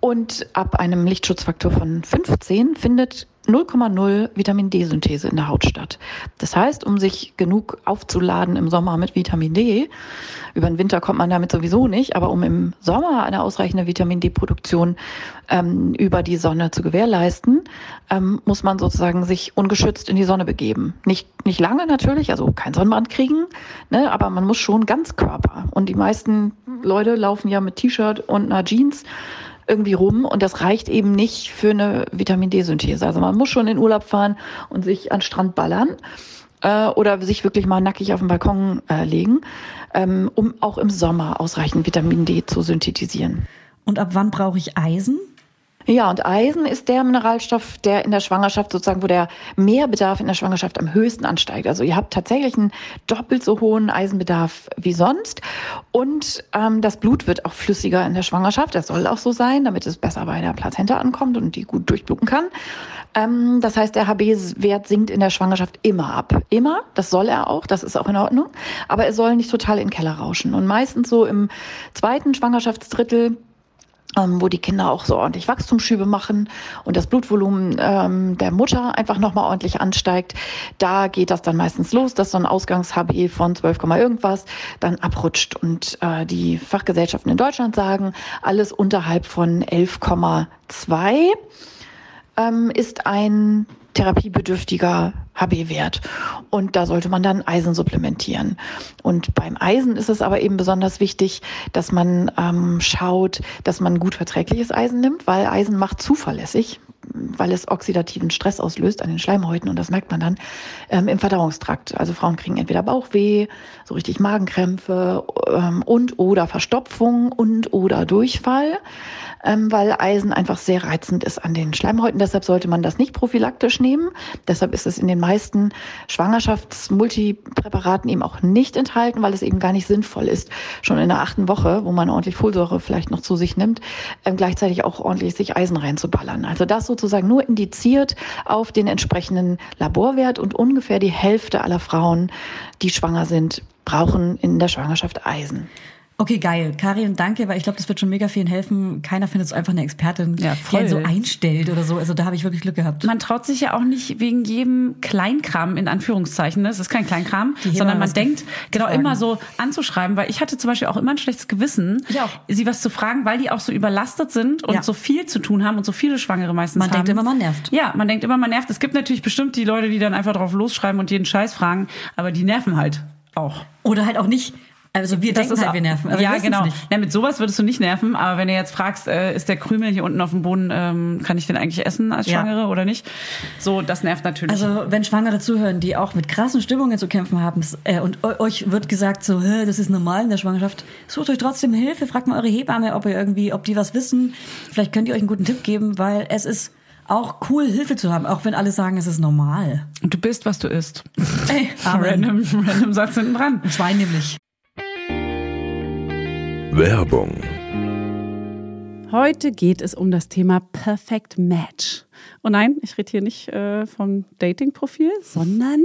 Und ab einem Lichtschutzfaktor von 15 findet 0,0 Vitamin D-Synthese in der Haut statt. Das heißt, um sich genug aufzuladen im Sommer mit Vitamin D, über den Winter kommt man damit sowieso nicht, aber um im Sommer eine ausreichende Vitamin D-Produktion ähm, über die Sonne zu gewährleisten, ähm, muss man sozusagen sich ungeschützt in die Sonne begeben. Nicht, nicht lange natürlich, also kein Sonnenbrand kriegen, ne, aber man muss schon ganz Körper. Und die meisten Leute laufen ja mit T-Shirt und einer Jeans irgendwie rum und das reicht eben nicht für eine Vitamin D-Synthese. Also man muss schon in Urlaub fahren und sich an den Strand ballern äh, oder sich wirklich mal nackig auf den Balkon äh, legen, ähm, um auch im Sommer ausreichend Vitamin D zu synthetisieren. Und ab wann brauche ich Eisen? Ja, und Eisen ist der Mineralstoff, der in der Schwangerschaft sozusagen, wo der Mehrbedarf in der Schwangerschaft am höchsten ansteigt. Also ihr habt tatsächlich einen doppelt so hohen Eisenbedarf wie sonst. Und ähm, das Blut wird auch flüssiger in der Schwangerschaft. Das soll auch so sein, damit es besser bei der Plazenta ankommt und die gut durchbluten kann. Ähm, das heißt, der HB-Wert sinkt in der Schwangerschaft immer ab. Immer, das soll er auch, das ist auch in Ordnung. Aber er soll nicht total in den Keller rauschen. Und meistens so im zweiten Schwangerschaftsdrittel ähm, wo die Kinder auch so ordentlich Wachstumsschübe machen und das Blutvolumen ähm, der Mutter einfach nochmal ordentlich ansteigt. Da geht das dann meistens los, dass so ein Ausgangs-HB von 12, irgendwas dann abrutscht. Und äh, die Fachgesellschaften in Deutschland sagen, alles unterhalb von 11,2 ähm, ist ein therapiebedürftiger HB-Wert. Und da sollte man dann Eisen supplementieren. Und beim Eisen ist es aber eben besonders wichtig, dass man ähm, schaut, dass man gut verträgliches Eisen nimmt, weil Eisen macht zuverlässig, weil es oxidativen Stress auslöst an den Schleimhäuten und das merkt man dann ähm, im Verdauungstrakt. Also Frauen kriegen entweder Bauchweh, so richtig Magenkrämpfe ähm, und oder Verstopfung und oder Durchfall, Ähm, weil Eisen einfach sehr reizend ist an den Schleimhäuten. Deshalb sollte man das nicht prophylaktisch nehmen. Deshalb ist es in den meisten Schwangerschaftsmultipräparaten eben auch nicht enthalten, weil es eben gar nicht sinnvoll ist, schon in der achten Woche, wo man ordentlich Folsäure vielleicht noch zu sich nimmt, ähm, gleichzeitig auch ordentlich sich Eisen reinzuballern. Also das sozusagen nur indiziert auf den entsprechenden Laborwert und ungefähr die Hälfte aller Frauen, die schwanger sind, brauchen in der Schwangerschaft Eisen. Okay, geil. Karin, danke, weil ich glaube, das wird schon mega vielen helfen. Keiner findet so einfach eine Expertin, Ja, die voll. einen so einstellt oder so. Also da habe ich wirklich Glück gehabt. Man traut sich ja auch nicht wegen jedem Kleinkram in Anführungszeichen. ne? Es ist kein Kleinkram, Hebamme sondern man was gef- denkt genau fragen. immer so anzuschreiben, weil ich hatte zum Beispiel auch immer ein schlechtes Gewissen, Ich auch. sie was zu fragen, weil die auch so überlastet sind und Ja. so viel zu tun haben und so viele Schwangere meistens Man haben. denkt immer, man nervt. Ja, man denkt immer, man nervt. Es gibt natürlich bestimmt die Leute, die dann einfach drauf losschreiben und jeden Scheiß fragen, aber die nerven halt auch. Oder halt auch nicht. Also wir denken halt, auch- wir nerven. Aber wir ja, wissen's genau. Nicht. Na, mit sowas würdest du nicht nerven, aber wenn du jetzt fragst, äh, ist der Krümel hier unten auf dem Boden, ähm, kann ich den eigentlich essen als Ja. Schwangere oder nicht? So, das nervt natürlich. Also wenn Schwangere zuhören, die auch mit krassen Stimmungen zu kämpfen haben s- äh, und eu- euch wird gesagt, so, "Hä, das ist normal in der Schwangerschaft, sucht euch trotzdem Hilfe, fragt mal eure Hebamme, ob ihr irgendwie, ob die was wissen. Vielleicht könnt ihr euch einen guten Tipp geben, weil es ist auch cool, Hilfe zu haben, auch wenn alle sagen, es ist normal. Und du bist, was du isst. Ey, Amen. Ah, Random, random Satz hinten dran. Ein Schwein nämlich. Werbung, Heute geht es um das Thema Oh Perfect Match. Und nein, ich rede hier nicht äh, vom Dating-Profil, sondern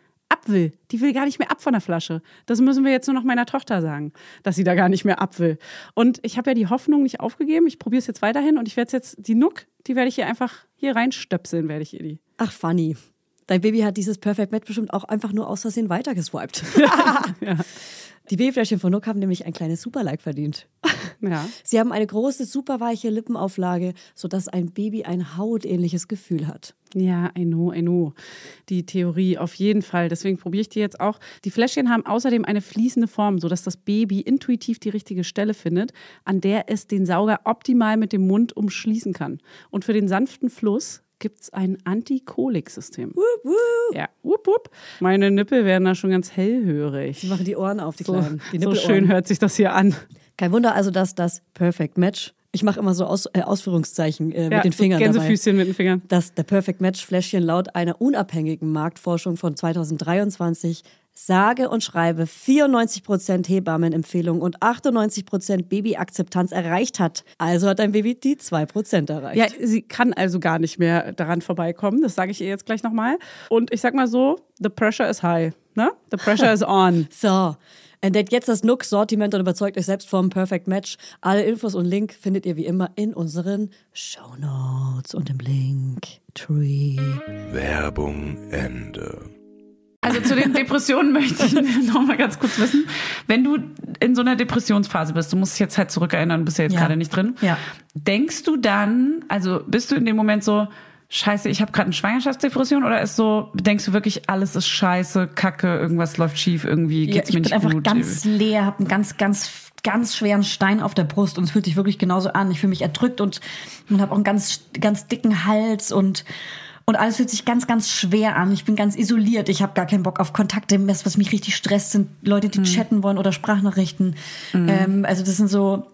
ab will. Die will gar nicht mehr ab von der Flasche. Das müssen wir jetzt nur noch meiner Tochter sagen, dass sie da gar nicht mehr ab will. Und ich habe ja die Hoffnung nicht aufgegeben. Ich probiere es jetzt weiterhin und ich werde jetzt die Nuck, die werde ich hier einfach hier reinstöpseln, werde ich ihr die. Ach, funny. Dein Baby hat dieses Perfect Match bestimmt auch einfach nur aus Versehen weitergeswiped. Die Babyfläschchen von Nook haben nämlich ein kleines Superlike verdient. Ja. Sie haben eine große, superweiche Lippenauflage, sodass ein Baby ein hautähnliches Gefühl hat. Ja, I know, I know. Die Theorie auf jeden Fall. Deswegen probiere ich die jetzt auch. Die Fläschchen haben außerdem eine fließende Form, sodass das Baby intuitiv die richtige Stelle findet, an der es den Sauger optimal mit dem Mund umschließen kann. Und für den sanften Fluss gibt es ein Antikoliksystem. Wup, wup. Ja, wupp, wupp. Meine Nippel werden da schon ganz hellhörig. Die machen die Ohren auf, die So, Kleinen. Die so Nippelohren. schön hört sich das hier an. Kein Wunder also, dass das Perfect Match, ich mache immer so Aus, äh, Ausführungszeichen äh, mit den Fingern dabei, Gänsefüßchen mit den Fingern. dass der Perfect Match Fläschchen laut einer unabhängigen Marktforschung von 2023 sage und schreibe 94% Hebammenempfehlung und 98% Babyakzeptanz erreicht hat. Also hat dein Baby die 2% erreicht. Ja, sie kann also gar nicht mehr daran vorbeikommen. Das sage ich ihr jetzt gleich nochmal. Und ich sag mal so, the pressure is high. Ne? The pressure is on. So, entdeckt jetzt das Nook-Sortiment und überzeugt euch selbst vom Perfect Match. Alle Infos und Link findet ihr wie immer in unseren Show Notes und im Link Tree. Werbung, Ende. Also zu den Depressionen möchte ich noch mal ganz kurz wissen. Wenn du in so einer Depressionsphase bist, du musst dich jetzt halt zurückerinnern, bist ja jetzt Ja. gerade nicht drin. Ja. Denkst du dann, also bist du in dem Moment so, scheiße, ich habe gerade eine Schwangerschaftsdepression oder ist so, denkst du wirklich, alles ist scheiße, kacke, irgendwas läuft schief, irgendwie Ja, geht's ich mir bin nicht einfach gut. ganz leer, habe einen ganz, ganz, ganz schweren Stein auf der Brust und es fühlt sich wirklich genauso an. Ich fühle mich erdrückt und, und habe auch einen ganz, ganz dicken Hals und und alles fühlt sich ganz, ganz schwer an. Ich bin ganz isoliert. Ich habe gar keinen Bock auf Kontakte. Das, was mich richtig stresst, sind Leute, Hm. die chatten wollen oder Sprachnachrichten. Ähm, also das sind so,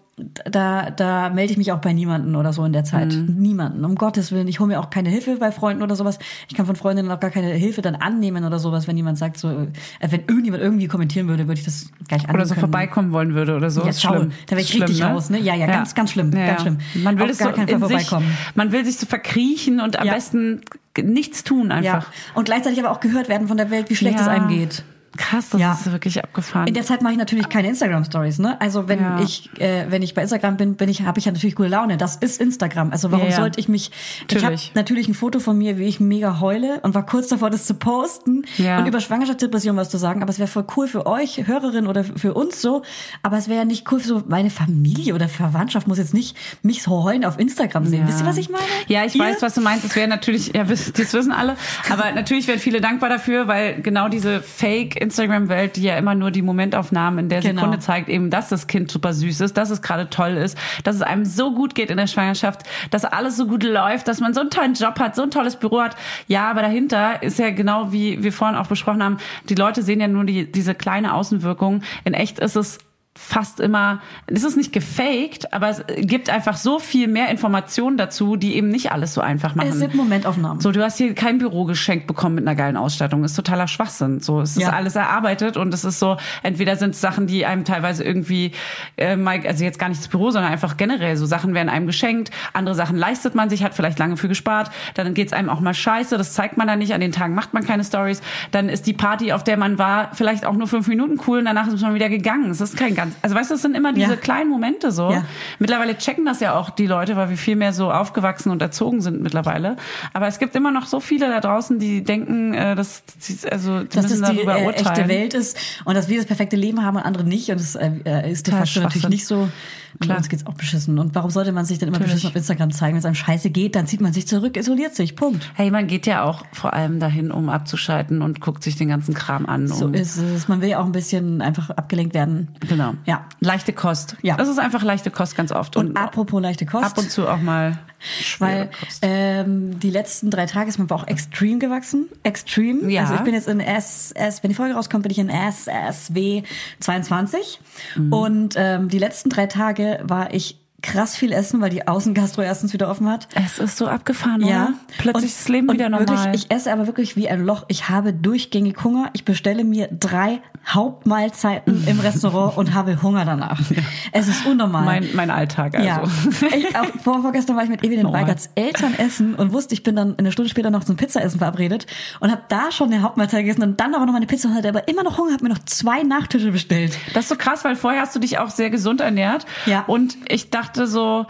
da, da melde ich mich auch bei niemanden oder so in der Zeit. Mhm. Niemanden. Um Gottes Willen. Ich hole mir auch keine Hilfe bei Freunden oder sowas. Ich kann von Freundinnen auch gar keine Hilfe dann annehmen oder sowas, wenn jemand sagt, so, äh, wenn irgendjemand irgendwie kommentieren würde, würde ich das gleich annehmen. oder so können. vorbeikommen wollen würde oder so. Ja, ist schau, schlimm. da wär ich Ist schlimm, richtig raus, ne? Ja, ja, ganz, ganz schlimm, ganz schlimm. Man will Auf es gar so keinen in Fall sich, vorbeikommen. man will sich so verkriechen und am Ja. besten nichts tun Ja. einfach. Und gleichzeitig aber auch gehört werden von der Welt, wie schlecht es Ja. einem geht. Krass, das Ja. ist wirklich abgefahren. In der Zeit mache ich natürlich keine Instagram Stories, ne? Also wenn Ja. ich äh, wenn ich bei Instagram bin, bin ich habe ich ja natürlich gute Laune. Das ist Instagram. Also warum Ja, ja. sollte ich mich Natürlich. Ich habe natürlich ein Foto von mir, wie ich mega heule und war kurz davor das zu posten Ja. und über Schwangerschaftsdepression was zu sagen, aber es wäre voll cool für euch Hörerinnen oder für uns so, aber es wäre ja nicht cool für so meine Familie oder Verwandtschaft muss jetzt nicht mich so heulen auf Instagram sehen. Wisst ihr, was ich meine? Ja, ich Ihr? weiß, was du meinst. Es wäre natürlich, ja, wiss- das wissen alle. Aber natürlich wären viele dankbar dafür, weil genau diese Fake-Instagram-Welt, die ja immer nur die Momentaufnahmen in der Genau. Sekunde zeigt, eben, dass das Kind super süß ist, dass es gerade toll ist, dass es einem so gut geht in der Schwangerschaft, dass alles so gut läuft, dass man so einen tollen Job hat, so ein tolles Büro hat. Ja, aber dahinter ist ja genau, wie wir vorhin auch besprochen haben, die Leute sehen ja nur die, diese kleine Außenwirkung. In echt ist es fast immer, es ist nicht gefaked, aber es gibt einfach so viel mehr Informationen dazu, die eben nicht alles so einfach machen. Es sind Momentaufnahmen. So, du hast hier kein Büro geschenkt bekommen mit einer geilen Ausstattung. Ist totaler Schwachsinn. So, es ist Ja. alles erarbeitet und es ist so, entweder sind es Sachen, die einem teilweise irgendwie, äh, mal- also jetzt gar nicht das Büro, sondern einfach generell, so Sachen werden einem geschenkt, andere Sachen leistet man sich, hat vielleicht lange für gespart, dann geht's einem auch mal scheiße, das zeigt man dann nicht, an den Tagen macht man keine Stories, dann ist die Party, auf der man war, vielleicht auch nur fünf Minuten cool und danach ist man wieder gegangen. Es ist kein ganz, also weißt du, es sind immer diese Ja. kleinen Momente so. Ja. Mittlerweile checken das ja auch die Leute, weil wir viel mehr so aufgewachsen und erzogen sind mittlerweile. Aber es gibt immer noch so viele da draußen, die denken, äh, dass sie- also die dass müssen das die darüber äh, urteilen. echte Welt ist und dass wir das perfekte Leben haben und andere nicht. Und das äh, äh, ist de Total facto natürlich Schwachsinn. nicht so. Klar. Uns geht's auch beschissen. Und warum sollte man sich denn immer Natürlich. beschissen auf Instagram zeigen? Wenn es einem scheiße geht, dann zieht man sich zurück, isoliert sich. Punkt. Hey, man geht ja auch vor allem dahin, um abzuschalten und guckt sich den ganzen Kram an. So um, ist es. Man will ja auch ein bisschen einfach abgelenkt werden. Genau. Ja. Leichte Kost. Ja. Das ist einfach leichte Kost ganz oft. Und apropos leichte Kost. ab und zu auch mal schwere Weil Kost. ähm, die letzten drei Tage ist mein Bauch extrem gewachsen. Extrem. Ja. Also ich bin jetzt in SS, wenn die Folge rauskommt, bin ich in SSW 22. Mhm. Und ähm, die letzten drei Tage war ich krass viel essen, weil die Außengastro erstens wieder offen hat. Es ist so abgefahren, Ja, oder? Plötzlich Und- ist das Leben und wieder normal. Wirklich, ich esse aber wirklich wie ein Loch. Ich habe durchgängig Hunger. Ich bestelle mir drei Hauptmahlzeiten im Restaurant und habe Hunger danach. Es ist unnormal. mein, mein Alltag also. Oh Ja. Ich, auch, vor, vorgestern war ich mit Evelyn Normal. Weigerts Eltern essen und wusste, ich bin dann eine Stunde später noch zum Pizzaessen verabredet und habe da schon eine Hauptmahlzeit gegessen und dann aber noch meine Pizza und hatte aber immer noch Hunger, habe mir noch zwei Nachtische bestellt. Das ist so krass, weil vorher hast du dich auch sehr gesund ernährt. Ja. Und ich dachte so,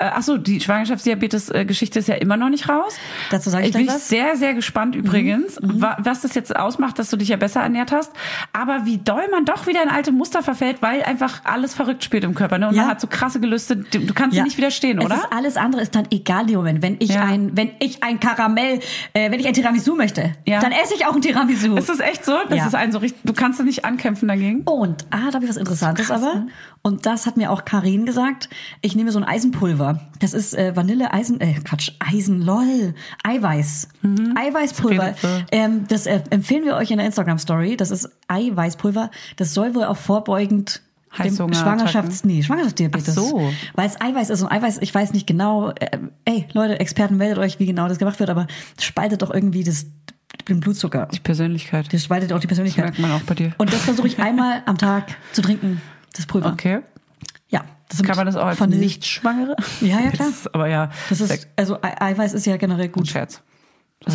äh, ach so, die Schwangerschaftsdiabetes-Geschichte ist ja immer noch nicht raus. Dazu sag ich bin gleich ich was. Mhm. sehr, sehr gespannt übrigens, wa- was das jetzt ausmacht, dass du dich ja besser ernährt hast. Aber wie doll man doch wieder in alte Muster verfällt, weil einfach alles verrückt spielt im Körper. Ne? Und Ja. man hat so krasse Gelüste, du du kannst sie nicht widerstehen, oder? Es ist alles andere ist dann egal, im Moment. Wenn ich Ja. ein, wenn ich ein Karamell, äh, wenn ich ein Tiramisu möchte, Ja. dann esse ich auch ein Tiramisu. Ist das echt so? Das Ja. ist ein so richtig, du kannst da nicht ankämpfen dagegen. Und, ah, da habe ich was Interessantes aber. ne? Und das hat mir auch Karin gesagt. Ich nehme so ein Eisenpulver. Das ist äh, Vanille, Eisen, äh, Quatsch, Eisen, lol, Eiweiß. Mhm. Eiweißpulver. Zitronenpulver. Ähm, das äh, empfehlen wir euch in der Instagram-Story. Das ist Eiweißpulver. Das soll wohl auch vorbeugend dem Heißhunger, Schwangerschafts, nee, Schwangerschaftsdiabetes. Ach so. Weil es Eiweiß ist und Eiweiß, ich weiß nicht genau, ähm, ey, Leute, Experten meldet euch, wie genau das gemacht wird, aber spaltet doch irgendwie das, den Blutzucker. Die Persönlichkeit. Das spaltet auch die Persönlichkeit. Das merkt man auch bei dir. Und das versuche ich einmal am Tag zu trinken, das Pulver. Okay. Ja. Das Kann man das auch als Vanille- Nicht-Schwangere? Ja, ja, klar. Das ist, aber ja, Das Sex- ist, also Ei- Eiweiß ist ja generell ein gut. Scherz. Ist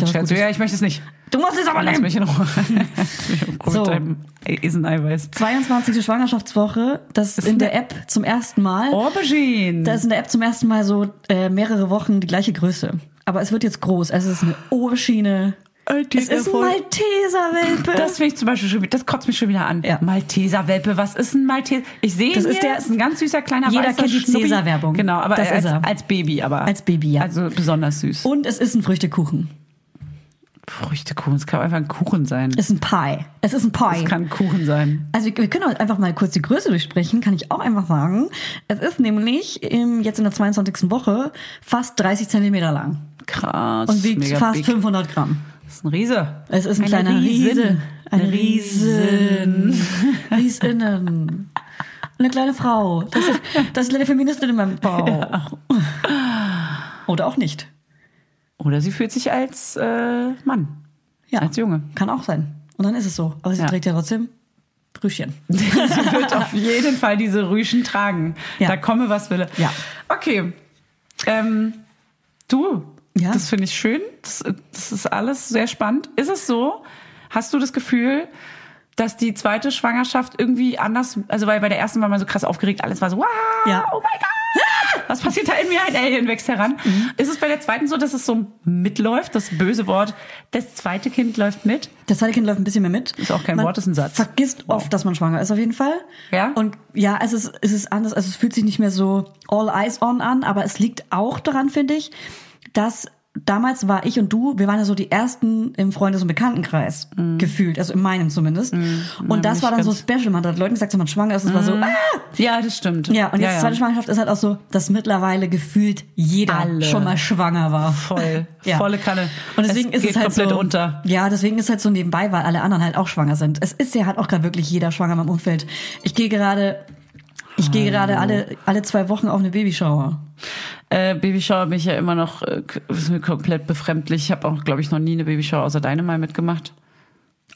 Das ist ja was ein Scherz. Gutes. Ja, ich möchte es nicht. Du musst es aber Lass nehmen! mich in Ruhe. Lass mich in Ruhe So. mit deinem Eseneiweiß. 22. Schwangerschaftswoche, das ne- ist in der App zum ersten Mal. Oh. Aubergine. Da ist in der App zum ersten Mal so äh, mehrere Wochen die gleiche Größe. Aber es wird jetzt groß. Also es ist eine Aubergine. Alter, Es ist ein Äh, voll- Malteser-Welpe. das finde ich zum Beispiel schon wieder, das kotzt mich schon wieder an. Ja. Malteser-Welpe, was ist ein Malteser? Ich sehe Das ihn ist hier, der- ist ein ganz süßer kleiner Jeder weißer kennt die Schnubbi. Cäsar-Werbung. Genau, aber Das als, ist er. als Baby. aber Als Baby, ja. Oh. Also besonders süß. Und es ist ein Früchtekuchen. Früchtekuchen, es kann einfach ein Kuchen sein. Es ist ein Pie. Es ist ein Pie. Es kann Kuchen sein. Also wir, wir können auch einfach mal kurz die Größe durchsprechen, kann ich auch einfach sagen. Es ist nämlich im, jetzt in der 22. Woche fast 30 Zentimeter lang Krass. und wiegt mega fast big. 500 Gramm. Das ist ein Riese. Es ist ein Eine kleiner Riesin. Riese. Ein Eine Riesin. Riesen. Riesinnen. Eine kleine Frau. Das ist, das ist eine Feministin in meinem Bauch. Oder auch nicht. Oder sie fühlt sich als äh, Mann. Ja. Als Junge. Kann auch sein. Und dann ist es so. Aber sie Ja. trägt ja trotzdem Brüschchen. sie wird auf jeden Fall diese Rüschen tragen. Ja. Da komme, was wille. Ja. Okay. Ähm, du, Ja. das finde ich schön. Das, das ist alles sehr spannend. Ist es so? Hast du das Gefühl, dass die zweite Schwangerschaft irgendwie anders, also weil bei der ersten war man so krass aufgeregt, alles war so, wow, Ja. oh mein Gott, was passiert da in mir? Ein Alien wächst heran. Mhm. Ist es bei der zweiten so, dass es so mitläuft, das böse Wort, das zweite Kind läuft mit? Das zweite Kind läuft ein bisschen mehr mit. Ist auch kein man Wort, ist ein Satz. Vergisst oft, dass man schwanger ist, auf jeden Fall. Ja? Und ja, es ist, es ist anders. Also es fühlt sich nicht mehr so all eyes on an, aber es liegt auch daran, finde ich, dass damals war ich und du, wir waren ja so die ersten im Freundes- und Bekanntenkreis Mhm. gefühlt, also in meinem zumindest. Und das war dann so special. Man hat Leuten gesagt, wenn man schwanger ist, es war so, ah! Mhm. Ja, das stimmt. Ja, und jetzt zweite Schwangerschaft ist halt auch so, dass mittlerweile gefühlt jeder Alle. schon mal schwanger war. Voll, volle Kanne. Und deswegen Es ist geht es halt komplett so, unter. Ja, deswegen ist es halt so nebenbei, weil alle anderen halt auch schwanger sind. Es ist ja halt auch gerade wirklich jeder schwanger im Umfeld. Ich gehe gerade, ich gehe gerade alle, alle zwei Wochen auf eine Babyshower. Äh, Babyshower bin ich ja immer noch äh, k- ist mir komplett befremdlich. Ich habe auch, glaube ich, noch nie eine Babyshower außer deine mal mitgemacht.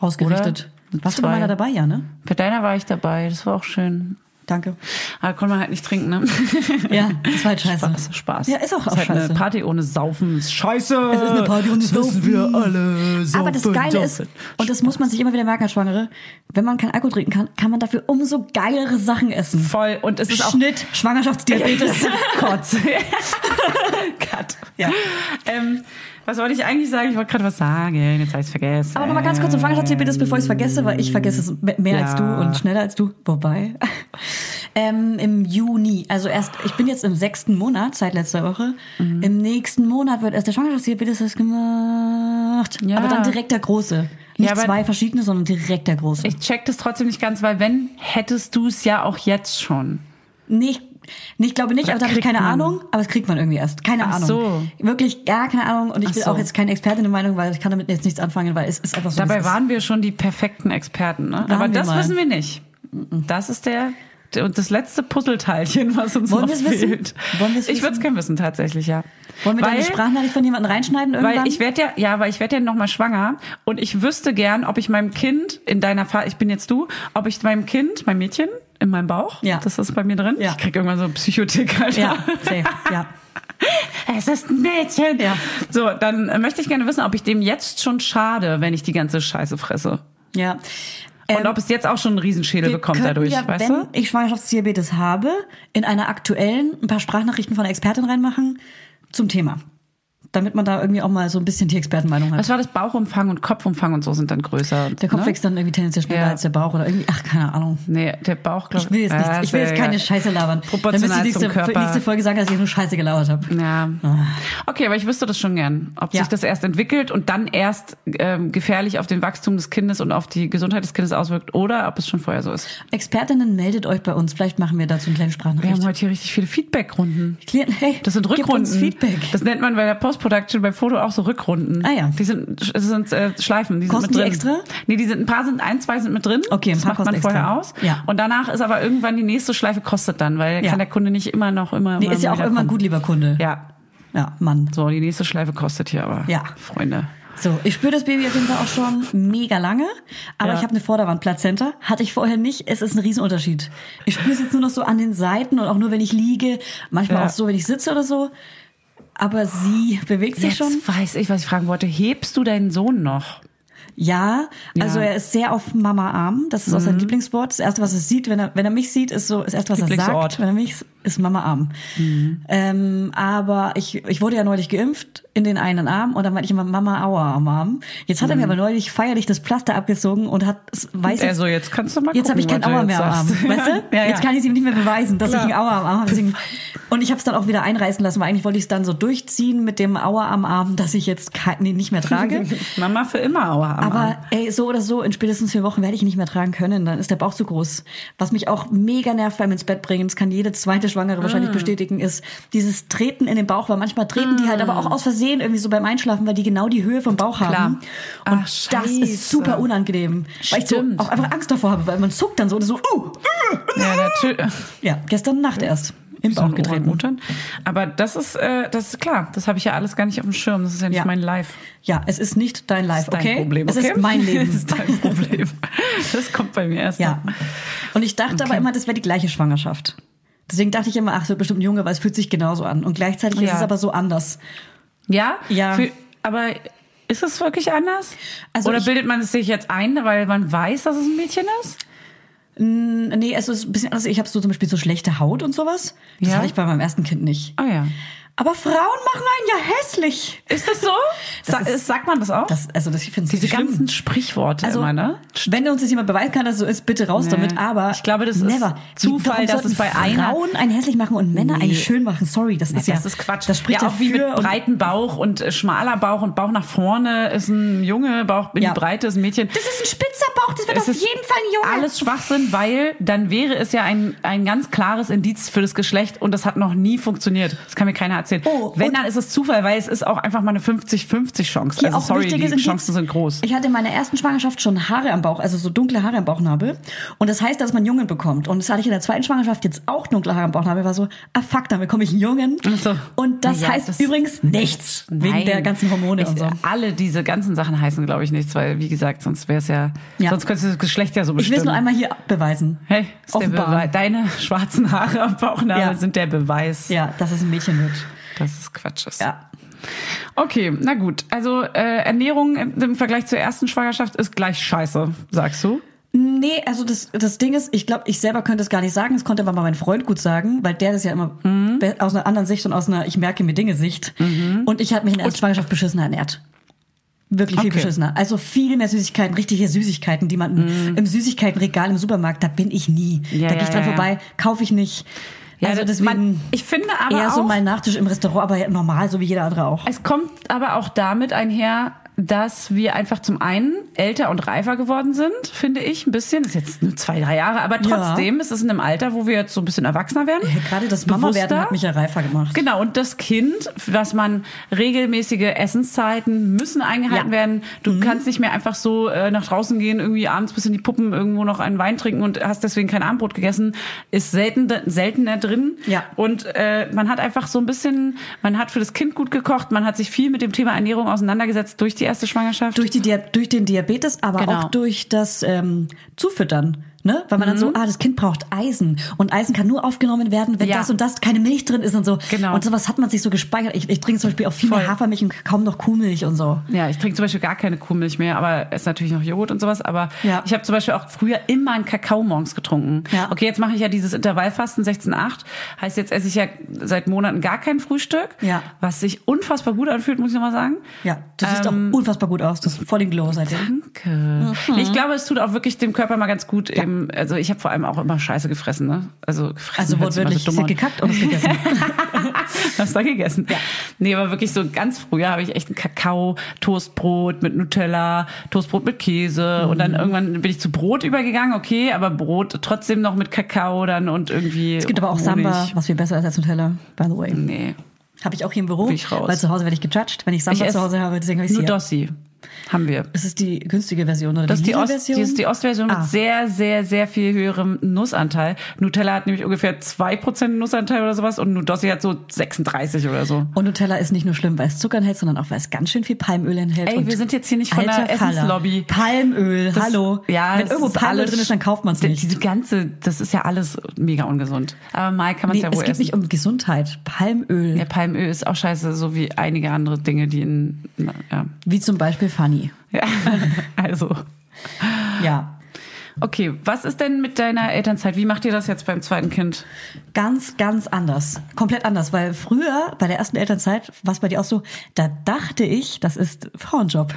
Ausgerichtet. Oder? Warst du Zwei. mal da dabei, ja, ne? Bei deiner war ich dabei, das war auch schön. Danke. Aber konnte man halt nicht trinken, ne? Ja, das war halt scheiße. Spaß, Spaß. Ja, ist auch, ist auch halt scheiße. eine Party ohne Saufen. Ist Scheiße! Es ist eine Party und es wissen wir alle. Aber das Geile ist, und das muss man sich immer wieder merken als Schwangere, wenn man keinen Alkohol trinken kann, kann man dafür umso geilere Sachen essen. Voll. Und es ist auch Schnitt, Schwangerschaftsdiabetes, Kotz. Cut. Ja. Ähm, was wollte ich eigentlich sagen? Ich wollte gerade was sagen, jetzt habe ich es vergessen. Aber nochmal ganz kurz zum Schwangerschaftstipp, bitte, bevor ich es vergesse, weil ich vergesse es me- mehr Ja. als du und schneller als du. Wobei. Ähm, Im Juni. Also erst, ich bin jetzt im sechsten Monat seit letzter Woche. Mhm. Im nächsten Monat wird erst der Schwangerschaftstest gemacht. Ja. Aber dann direkt der große. Nicht Ja, aber- zwei verschiedene, sondern direkt der große. Ich check das trotzdem nicht ganz, weil wenn, hättest du es ja auch jetzt schon. Nee, ich, nee, ich glaube nicht, Oder aber da habe ich kriegt keine man- Ahnung. Aber das kriegt man irgendwie erst. Keine Ach Ahnung. so. Wirklich, ja, keine Ahnung. Und ich Ach bin so. auch jetzt keine Expertin in Meinung, weil ich kann damit jetzt nichts anfangen, weil es ist einfach so. wie Dabei es ist. waren wir schon die perfekten Experten, ne? Waren Aber wir das mal. wissen wir nicht. Das ist der und das letzte Puzzleteilchen, was uns Wollen noch wir's wissen? fehlt. Wollen wir's ich würde es wissen? gerne wissen, tatsächlich, ja. Wollen wir da eine Weil- Sprachnachricht von jemandem reinschneiden irgendwann? Weil ich werde ja, ja, weil ich werde ja nochmal schwanger und ich wüsste gern, ob ich meinem Kind in deiner Fa ich bin jetzt du, ob ich meinem Kind, meinem Mädchen in meinem Bauch, Ja. das ist bei mir drin, Ja. ich krieg irgendwann so einen Psychotick, Alter. ja, safe, ja. Es ist ein Mädchen. Ja. So, dann äh, möchte ich gerne wissen, ob ich dem jetzt schon schade, wenn ich die ganze Scheiße fresse. Ja. Und ob es jetzt auch schon einen Riesenschädel bekommt könnten dadurch, Ähm, ja, weißt wenn du? ich Schwangerschaftsdiabetes habe, in einer aktuellen ein paar Sprachnachrichten von einer Expertin reinmachen zum Thema. Damit man da irgendwie auch mal so ein bisschen die Expertenmeinung hat. Was war das? Bauchumfang und Kopfumfang und so sind dann größer. Der Kopf ne? wächst dann irgendwie tendenziell schneller Ja. als der Bauch oder irgendwie, ach, keine Ahnung. Nee, der Bauch, glaube Ich will jetzt, nichts, ich will jetzt keine Scheiße labern. Dann müsste Proportional ich nächste, zum Körper. nächste Folge sagen, dass ich nur Scheiße gelabert habe. Ja. Okay, aber ich wüsste das schon gern, ob Ah. Ja. sich das erst entwickelt und dann erst ähm, gefährlich auf den Wachstum des Kindes und auf die Gesundheit des Kindes auswirkt oder ob es schon vorher so ist. Expertinnen, meldet euch bei uns. Vielleicht machen wir dazu einen kleinen Wir Sprachnachricht. haben heute hier richtig viele Feedback-Runden. Klient- hey, Das sind Gib Rückrunden. uns Feedback. Das nennt man bei der Post-Production beim Foto auch so Rückrunden. Ah ja. Die sind, das sind äh, Schleifen. Die Kosten sind mit die drin. extra? Nee, die sind ein paar sind ein, zwei sind mit drin. Okay, ein das paar macht man kosten vorher aus. extra. Ja. Und danach ist aber irgendwann die nächste Schleife kostet dann, weil Ja. kann der Kunde nicht immer noch immer. nee, immer ist ja auch wieder irgendwann kommen. gut, lieber Kunde. Ja. ja Mann. So, die nächste Schleife kostet hier aber. Ja. Freunde. So, ich spüre das Baby auf jeden Fall auch schon mega lange, aber Ja. ich habe eine Vorderwandplazenta, hatte ich vorher nicht. Es ist ein Riesenunterschied. Ich spüre es jetzt nur noch so an den Seiten und auch nur, wenn ich liege, manchmal Ja. auch so, wenn ich sitze oder so. Aber sie bewegt sich Jetzt schon. weiß ich, was ich fragen wollte. Hebst du deinen Sohn noch? Ja, Ja. Mhm. also er ist sehr auf Mama Arm. Das ist auch sein Lieblingswort. Das erste, was er sieht, wenn er, wenn er mich sieht, ist so, das erste, was er sagt, Lieblingsort. Mhm. wenn er mich, s- ist Mama Arm. Ähm, aber ich, ich wurde ja neulich geimpft in den einen Arm und dann meinte ich immer Mama Aua am Arm. Jetzt hat er mir aber neulich feierlich das Pflaster abgezogen und hat, es- weiß Mhm. Also, jetzt kannst du mal Jetzt habe ich gucken, kein was du Aua mehr am Arm, jetzt sagst. weißt du? Ja, ja. Jetzt kann ich es ihm nicht mehr beweisen, dass ich ein Aua am Arm habe. Deswegen- Und ich habe es dann auch wieder einreißen lassen, weil eigentlich wollte ich es dann so durchziehen mit dem Aua am Arm, dass ich jetzt kein, nee, nicht mehr trage. Mama für immer, Aua. am Arm. Aber ey, so oder so, in spätestens vier Wochen werde ich ihn nicht mehr tragen können. Dann ist der Bauch zu groß. Was mich auch mega nervt beim ins Bett bringen, das kann jede zweite Ah. Schwangere wahrscheinlich bestätigen, ist dieses Treten in den Bauch, weil manchmal treten die halt aber auch aus Versehen irgendwie so beim Einschlafen, weil die genau die Höhe vom Bauch haben. Mm. Klar. Ach, Und das scheiße. ist super unangenehm. Weil ich so Stimmt. auch einfach Angst davor habe, weil man zuckt dann so oder so, uh, Ja, natürlich. ja, gestern Nacht erst. Im so Bauch ein getreten. Orang-Utan. Aber das ist, äh, das ist klar. Das habe ich ja alles gar nicht auf dem Schirm. Das ist ja nicht Ja. mein Life. Ja, es ist nicht dein Life, Das ist dein okay? Problem. Es okay? ist mein Leben. das ist dein Problem. Das kommt bei mir erst. Ja. noch. Und ich dachte aber immer, das wäre die gleiche Schwangerschaft. Deswegen dachte ich immer, ach, es wird bestimmt ein Junge, weil es fühlt sich genauso an. Und gleichzeitig ist Ja. es aber so anders. Ja? Ja. Für, aber ist es wirklich anders? Also Oder ich- bildet man es sich jetzt ein, weil man weiß, dass es ein Mädchen ist? Nee, es ist ein bisschen anders. Ich habe so zum Beispiel so schlechte Haut und sowas. Das Ja. hatte ich bei meinem ersten Kind nicht. Ah ja. Aber Frauen machen einen ja hässlich. Ist das so? Das Sa ist- sagt man das auch? Das, also das, ich finde Diese es schlimm. ganzen Sprichworte also, immer, ne? wenn uns das jemand beweisen kann, dass es so ist, bitte raus damit. Aber Ich glaube, das ist never. Zufall, Warum dass sollten es bei einer- Frauen einen hässlich machen und Männer einen schön machen. Sorry, das ist ja, das ist Quatsch. Das spricht ja auch wie mit dafür und- breiten Bauch und äh, schmaler Bauch und Bauch nach vorne ist ein Junge, Bauch in Ja. die Breite ist ein Mädchen. Das ist ein spitzer Bauch, das wird Es auf ist jeden Fall ein Junge. Alles Schwachsinn, weil dann wäre es ja ein, ein ganz klares Indiz für das Geschlecht und das hat noch nie funktioniert. Das kann mir keiner erzählen. Oh, Wenn, und- dann ist es Zufall, weil es ist auch einfach mal eine 50-50 Chance. Hier also auch sorry, die wichtiges Indiz. Chancen sind groß. Ich hatte in meiner ersten Schwangerschaft schon Haare am Bauch, also so dunkle Haare am Bauchnabel. Und das heißt, dass man einen Jungen bekommt. Und das hatte ich in der zweiten Schwangerschaft jetzt auch dunkle Haare am Bauchnabel. War so, ah fuck, dann bekomme ich einen Jungen. Ach so. Und das Na ja, heißt das- übrigens nichts. Wegen Nein. der ganzen Hormone ich, und so. Alle diese ganzen Sachen heißen, glaube ich, nichts, weil, wie gesagt, sonst wäre es ja, Ja. sonst könntest du das Geschlecht ja so Ich will bestimmen. es nur einmal hier beweisen. Hey, ist der Offenbar. Beweis. deine schwarzen Haare am Bauchnabel Ja. sind der Beweis, Ja, dass es ein Mädchen wird. dass es Quatsch ist. Ja. Okay, na gut. Also äh, Ernährung im im Vergleich zur ersten Schwangerschaft ist gleich scheiße, sagst du? Nee, also das, das Ding ist, ich glaube, ich selber könnte es gar nicht sagen. Das konnte aber mal mein Freund gut sagen, weil der das ja immer Mhm. be- aus einer anderen Sicht und aus einer Ich merke mir Dinge Sicht. Und ich habe mich in der ersten Schwangerschaft beschissen ernährt. Wirklich viel Okay. beschissener. Also viel mehr Süßigkeiten, richtige Süßigkeiten, die man im Süßigkeitenregal im Supermarkt, da bin ich nie. Mhm. Ja, da gehe ja, ich dran ja, ja. vorbei, kaufe ich nicht. Ja, also das- deswegen man- ich finde aber eher so auch- Also mal Nachtisch im Restaurant, aber normal, so wie jeder andere auch. Es kommt aber auch damit einher, dass wir einfach zum einen älter und reifer geworden sind, finde ich ein bisschen. Das ist jetzt nur zwei, drei Jahre, aber Ja. trotzdem ist es in einem Alter, wo wir jetzt so ein bisschen erwachsener werden. Gerade das Mama werden bewusster. hat mich ja reifer gemacht. Genau, und das Kind, was man regelmäßige Essenszeiten müssen eingehalten Ja. Mhm. werden. Du kannst nicht mehr einfach so äh, nach draußen gehen, irgendwie abends bis in die Puppen irgendwo noch einen Wein trinken und hast deswegen kein Abendbrot gegessen. Ist selten, seltener drin. Ja. Und äh, man hat einfach so ein bisschen, man hat für das Kind gut gekocht, man hat sich viel mit dem Thema Ernährung auseinandergesetzt durch die erste Schwangerschaft. Durch, die, Dia- durch den Diabetes, aber Genau. auch durch das ähm, Zufüttern. Ne? Weil man dann Mhm. so, ah, das Kind braucht Eisen. Und Eisen kann nur aufgenommen werden, wenn Ja. das und das keine Milch drin ist und so. Genau. Und sowas hat man sich so gespeichert. Ich, ich trinke zum Beispiel auch viel mehr Voll. Hafermilch und kaum noch Kuhmilch und so. Ja, ich trinke zum Beispiel gar keine Kuhmilch mehr, aber esse natürlich noch Joghurt und sowas. Aber Ja. ich habe zum Beispiel auch früher immer einen Kakao morgens getrunken. Ja. Okay, jetzt mache ich ja dieses Intervallfasten 16:8. Heißt, jetzt esse ich ja seit Monaten gar kein Frühstück. Ja. Was sich unfassbar gut anfühlt, muss ich nochmal sagen. Ja, du siehst Ähm, auch unfassbar gut aus. Du bist voll den Glow seitdem. Danke. Nee, Mhm. Ich glaube, es tut auch wirklich dem Körper mal ganz gut. Eben, also ich habe vor allem auch immer Scheiße gefressen. Ne? Also gefressen Also hört sich immer wortwörtlich so dumm sind an. gekackt und gegessen. Hast da gegessen? Ja. Nee, aber wirklich so ganz früher habe ich echt einen Kakao, Toastbrot mit Nutella, Toastbrot mit Käse und Mhm. dann irgendwann bin ich zu Brot übergegangen, okay, aber Brot trotzdem noch mit Kakao dann und irgendwie. Es gibt aber auch Honig. Samba, was viel besser ist als Nutella, by the way. Nee. Habe ich auch hier im Büro, Mhm. Bin ich raus. weil zu Hause werde ich gejudged, wenn ich Samba esse zu Hause habe, deswegen habe ich es Nur hier. Dossi haben wir. Das ist die günstige Version oder Das ist die, Ost, die, Lidl-Version? ist die Ostversion Ah. mit sehr, sehr, sehr viel höherem Nussanteil. Nutella hat nämlich ungefähr 2% Nussanteil oder sowas und Nudossi hat so 36 oder so. Und Nutella ist nicht nur schlimm, weil es Zucker enthält, sondern auch weil es ganz schön viel Palmöl enthält. Ey, und wir sind jetzt hier nicht von der Alter Faller. Essenslobby. Palmöl, Das- hallo. Ja, Wenn das irgendwo ist Palmöl alles- drin ist, dann kauft man es Die- nicht. Diese ganze, das ist ja alles mega ungesund. Aber mal kann man Nee, es ja es wohl geht essen. nicht um Gesundheit. Palmöl, ja, Palmöl ist auch scheiße, so wie einige andere Dinge, die in. Na, ja. wie zum Beispiel Fanny. ja. Also. Ja. Okay, was ist denn mit deiner Elternzeit? Wie macht ihr das jetzt beim zweiten Kind? Ganz, ganz anders. Komplett anders, weil früher, bei der ersten Elternzeit, war es bei dir auch so, da dachte ich, das ist Frauenjob.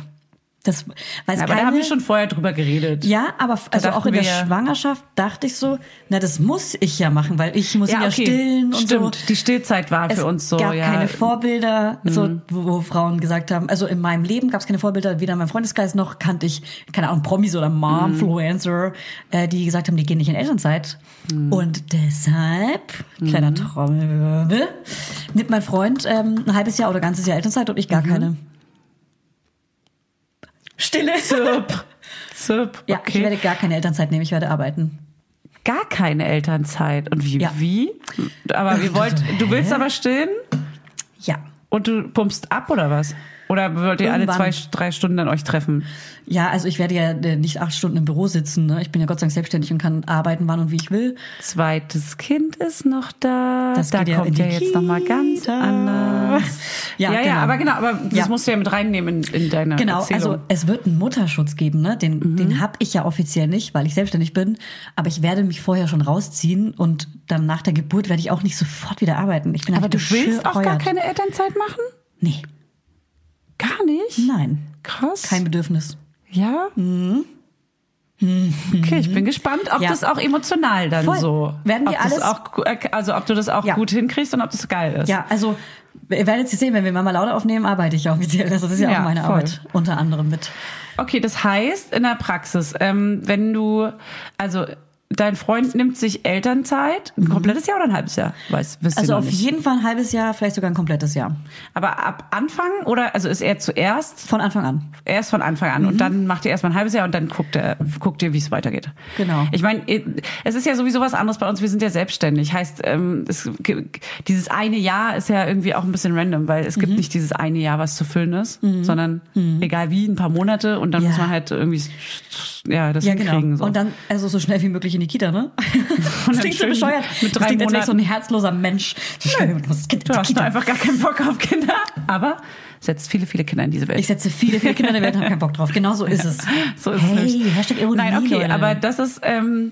Das, weil es Aber da keine- haben wir schon vorher drüber geredet. Ja, aber f- also dachten auch in der wir ja- Schwangerschaft dachte ich so, na das muss ich ja machen, weil ich muss ihn ja stillen und Stimmt, so. die Stillzeit war Es für uns so. gab ja. äh, mhm. keine Vorbilder, so, wo, wo Frauen gesagt haben, also in meinem Leben gab es keine Vorbilder, weder in meinem Freundeskreis noch kannte ich, keine Ahnung, Promis oder Mhm. Momfluencer, äh, die gesagt haben, die gehen nicht in Elternzeit. Und deshalb, Mhm. kleiner Trommelwirbel, nimmt mein Freund ähm, ein halbes Jahr oder ganzes Jahr Elternzeit und ich Mhm. gar keine. Stille. Zirp. Zirp. Ja, okay. ich werde gar keine Elternzeit nehmen, ich werde arbeiten. gar keine Elternzeit. Und wie? Ja. Wie? Aber wir wollt, du willst Hä? aber stillen? Ja. Und du pumpst ab oder was? Oder wollt ihr alle Irgendwann. zwei, drei Stunden an euch treffen? Ja, also ich werde ja äh, nicht acht Stunden im Büro sitzen. Ne? Ich bin ja Gott sei Dank selbstständig und kann arbeiten, wann und wie ich will. Zweites Kind ist noch da. Das da geht Ah, ja in kommt die ja jetzt nochmal ganz Kita. anders. Ja, ja, genau. aber genau, aber das Ja. musst du ja mit reinnehmen in, in deine Genau, Erzählung. Mhm. also es wird einen Mutterschutz geben, ne? Den, den hab ich ja offiziell nicht, weil ich selbstständig bin. Aber ich werde mich vorher schon rausziehen und dann nach der Geburt werde ich auch nicht sofort wieder arbeiten. Ich bin aber du oh einfach willst auch gar bescheuert. keine Elternzeit machen? Nee, Gar nicht? nein, Krass. kein Bedürfnis. ja? Hm. Okay, ich bin gespannt, ob Ja. das auch emotional dann Voll. so. Werden wir ob das alles- auch, gu- äh, also ob du das auch Ja. gut hinkriegst und ob das geil ist. Ja, also ihr werdet es sehen, wenn wir Mama Lauda aufnehmen, arbeite ich ja offiziell. Also das ist ja, Ja, auch meine voll. Arbeit unter anderem mit. Okay, das heißt in der Praxis, ähm, wenn du, also dein Freund nimmt sich Elternzeit, ein komplettes Jahr oder ein halbes Jahr? Weiß, wisst ihr Mhm. Also noch auf nicht. jeden Fall ein halbes Jahr, vielleicht sogar ein komplettes Jahr. Aber ab Anfang oder, also ist er zuerst, Von Anfang an. erst von Anfang an Mhm. und dann macht ihr erstmal ein halbes Jahr und dann guckt er, guckt ihr, wie es weitergeht. Genau. Ich meine, eh, es ist ja sowieso was anderes bei uns, wir sind ja selbstständig. Heißt, ähm, es, ge- dieses eine Jahr ist ja irgendwie auch ein bisschen random, weil es Mhm. gibt nicht dieses eine Jahr, was zu füllen ist, sondern egal wie, ein paar Monate und dann Ja. muss man halt irgendwie, ja, das hinkriegen. So. Und dann, also so schnell wie möglich in die Kita, ne? das klingt so schön bescheuert. mit drei das klingt, als wäre ich so Monaten. ein herzloser Mensch. So schnell wie möglich muss das Kind in Du die hast da Kita. einfach gar keinen Bock auf Kinder. Aber setzt viele, viele Kinder in diese Welt. Ich setze viele, viele Kinder in der Welt und habe keinen Bock drauf. Genau so ist es. so ist hey, es nämlich. Hashtag Ironie, Nein, okay, Leute. aber das ist ähm,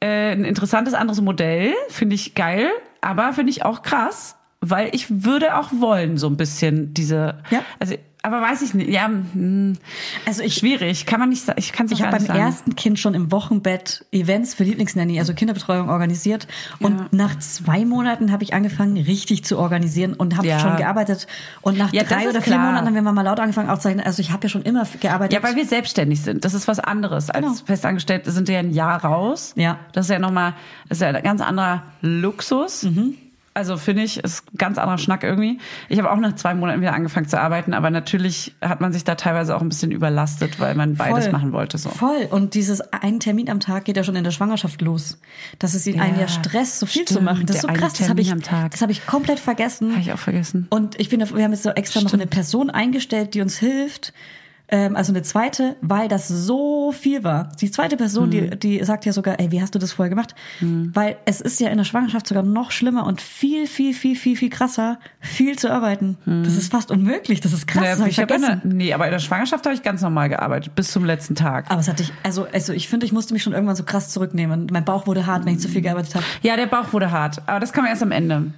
äh, ein interessantes anderes Modell. Finde ich geil, aber finde ich auch krass, weil ich würde auch wollen, so ein bisschen diese. Ja. Also aber weiß ich nicht. Ja, hm, Also ich- schwierig. Kann man nicht. sa- Ich kann es Ich nicht habe beim alles sagen. ersten Kind schon im Wochenbett Events für Lieblingsnanny, also Kinderbetreuung organisiert. Und nach zwei Monaten habe ich angefangen, richtig zu organisieren und habe Ja. schon gearbeitet. Und nach Ja, das drei ist oder vier klar. Monaten haben wir mal laut angefangen aufzeichnen. Also ich habe ja schon immer gearbeitet. Ja, weil wir selbstständig sind. Das ist was anderes als festangestellt. Sind wir ja ein Jahr raus. Genau. Ja. Das ist ja nochmal, das ist ja ein ganz anderer Luxus. Mhm. Also finde ich, ist ein ganz anderer Schnack irgendwie. Ich habe auch nach zwei Monaten wieder angefangen zu arbeiten, aber natürlich hat man sich da teilweise auch ein bisschen überlastet, weil man beides Voll. machen wollte. So. Voll. Und dieses einen Termin am Tag geht ja schon in der Schwangerschaft los. Das ist ihnen ein Ja. Jahr Stress, so viel zu Stimmt, machen. Das ist so der eine krass. Das habe Termin ich, am Tag. das habe ich komplett vergessen. Habe ich auch vergessen. Und ich bin, auf- wir haben jetzt so extra noch eine Person eingestellt, die uns hilft. Ähm, also eine zweite, weil das so viel war. Die zweite Hm. Person, die, die sagt ja sogar, ey, wie hast du das vorher gemacht? Weil es ist ja in der Schwangerschaft sogar noch schlimmer und viel, viel, viel, viel, viel krasser, viel zu arbeiten. Das ist fast unmöglich. Das ist krass. Naja, das habe ich Hm. hab in der, vergessen. nee, aber in der Schwangerschaft habe ich ganz normal gearbeitet, bis zum letzten Tag. Aber es hatte ich, also, also ich finde, ich musste mich schon irgendwann so krass zurücknehmen. Mein Bauch wurde hart, wenn ich zu viel gearbeitet habe. Ja, der Bauch wurde hart, aber das kam erst am Ende.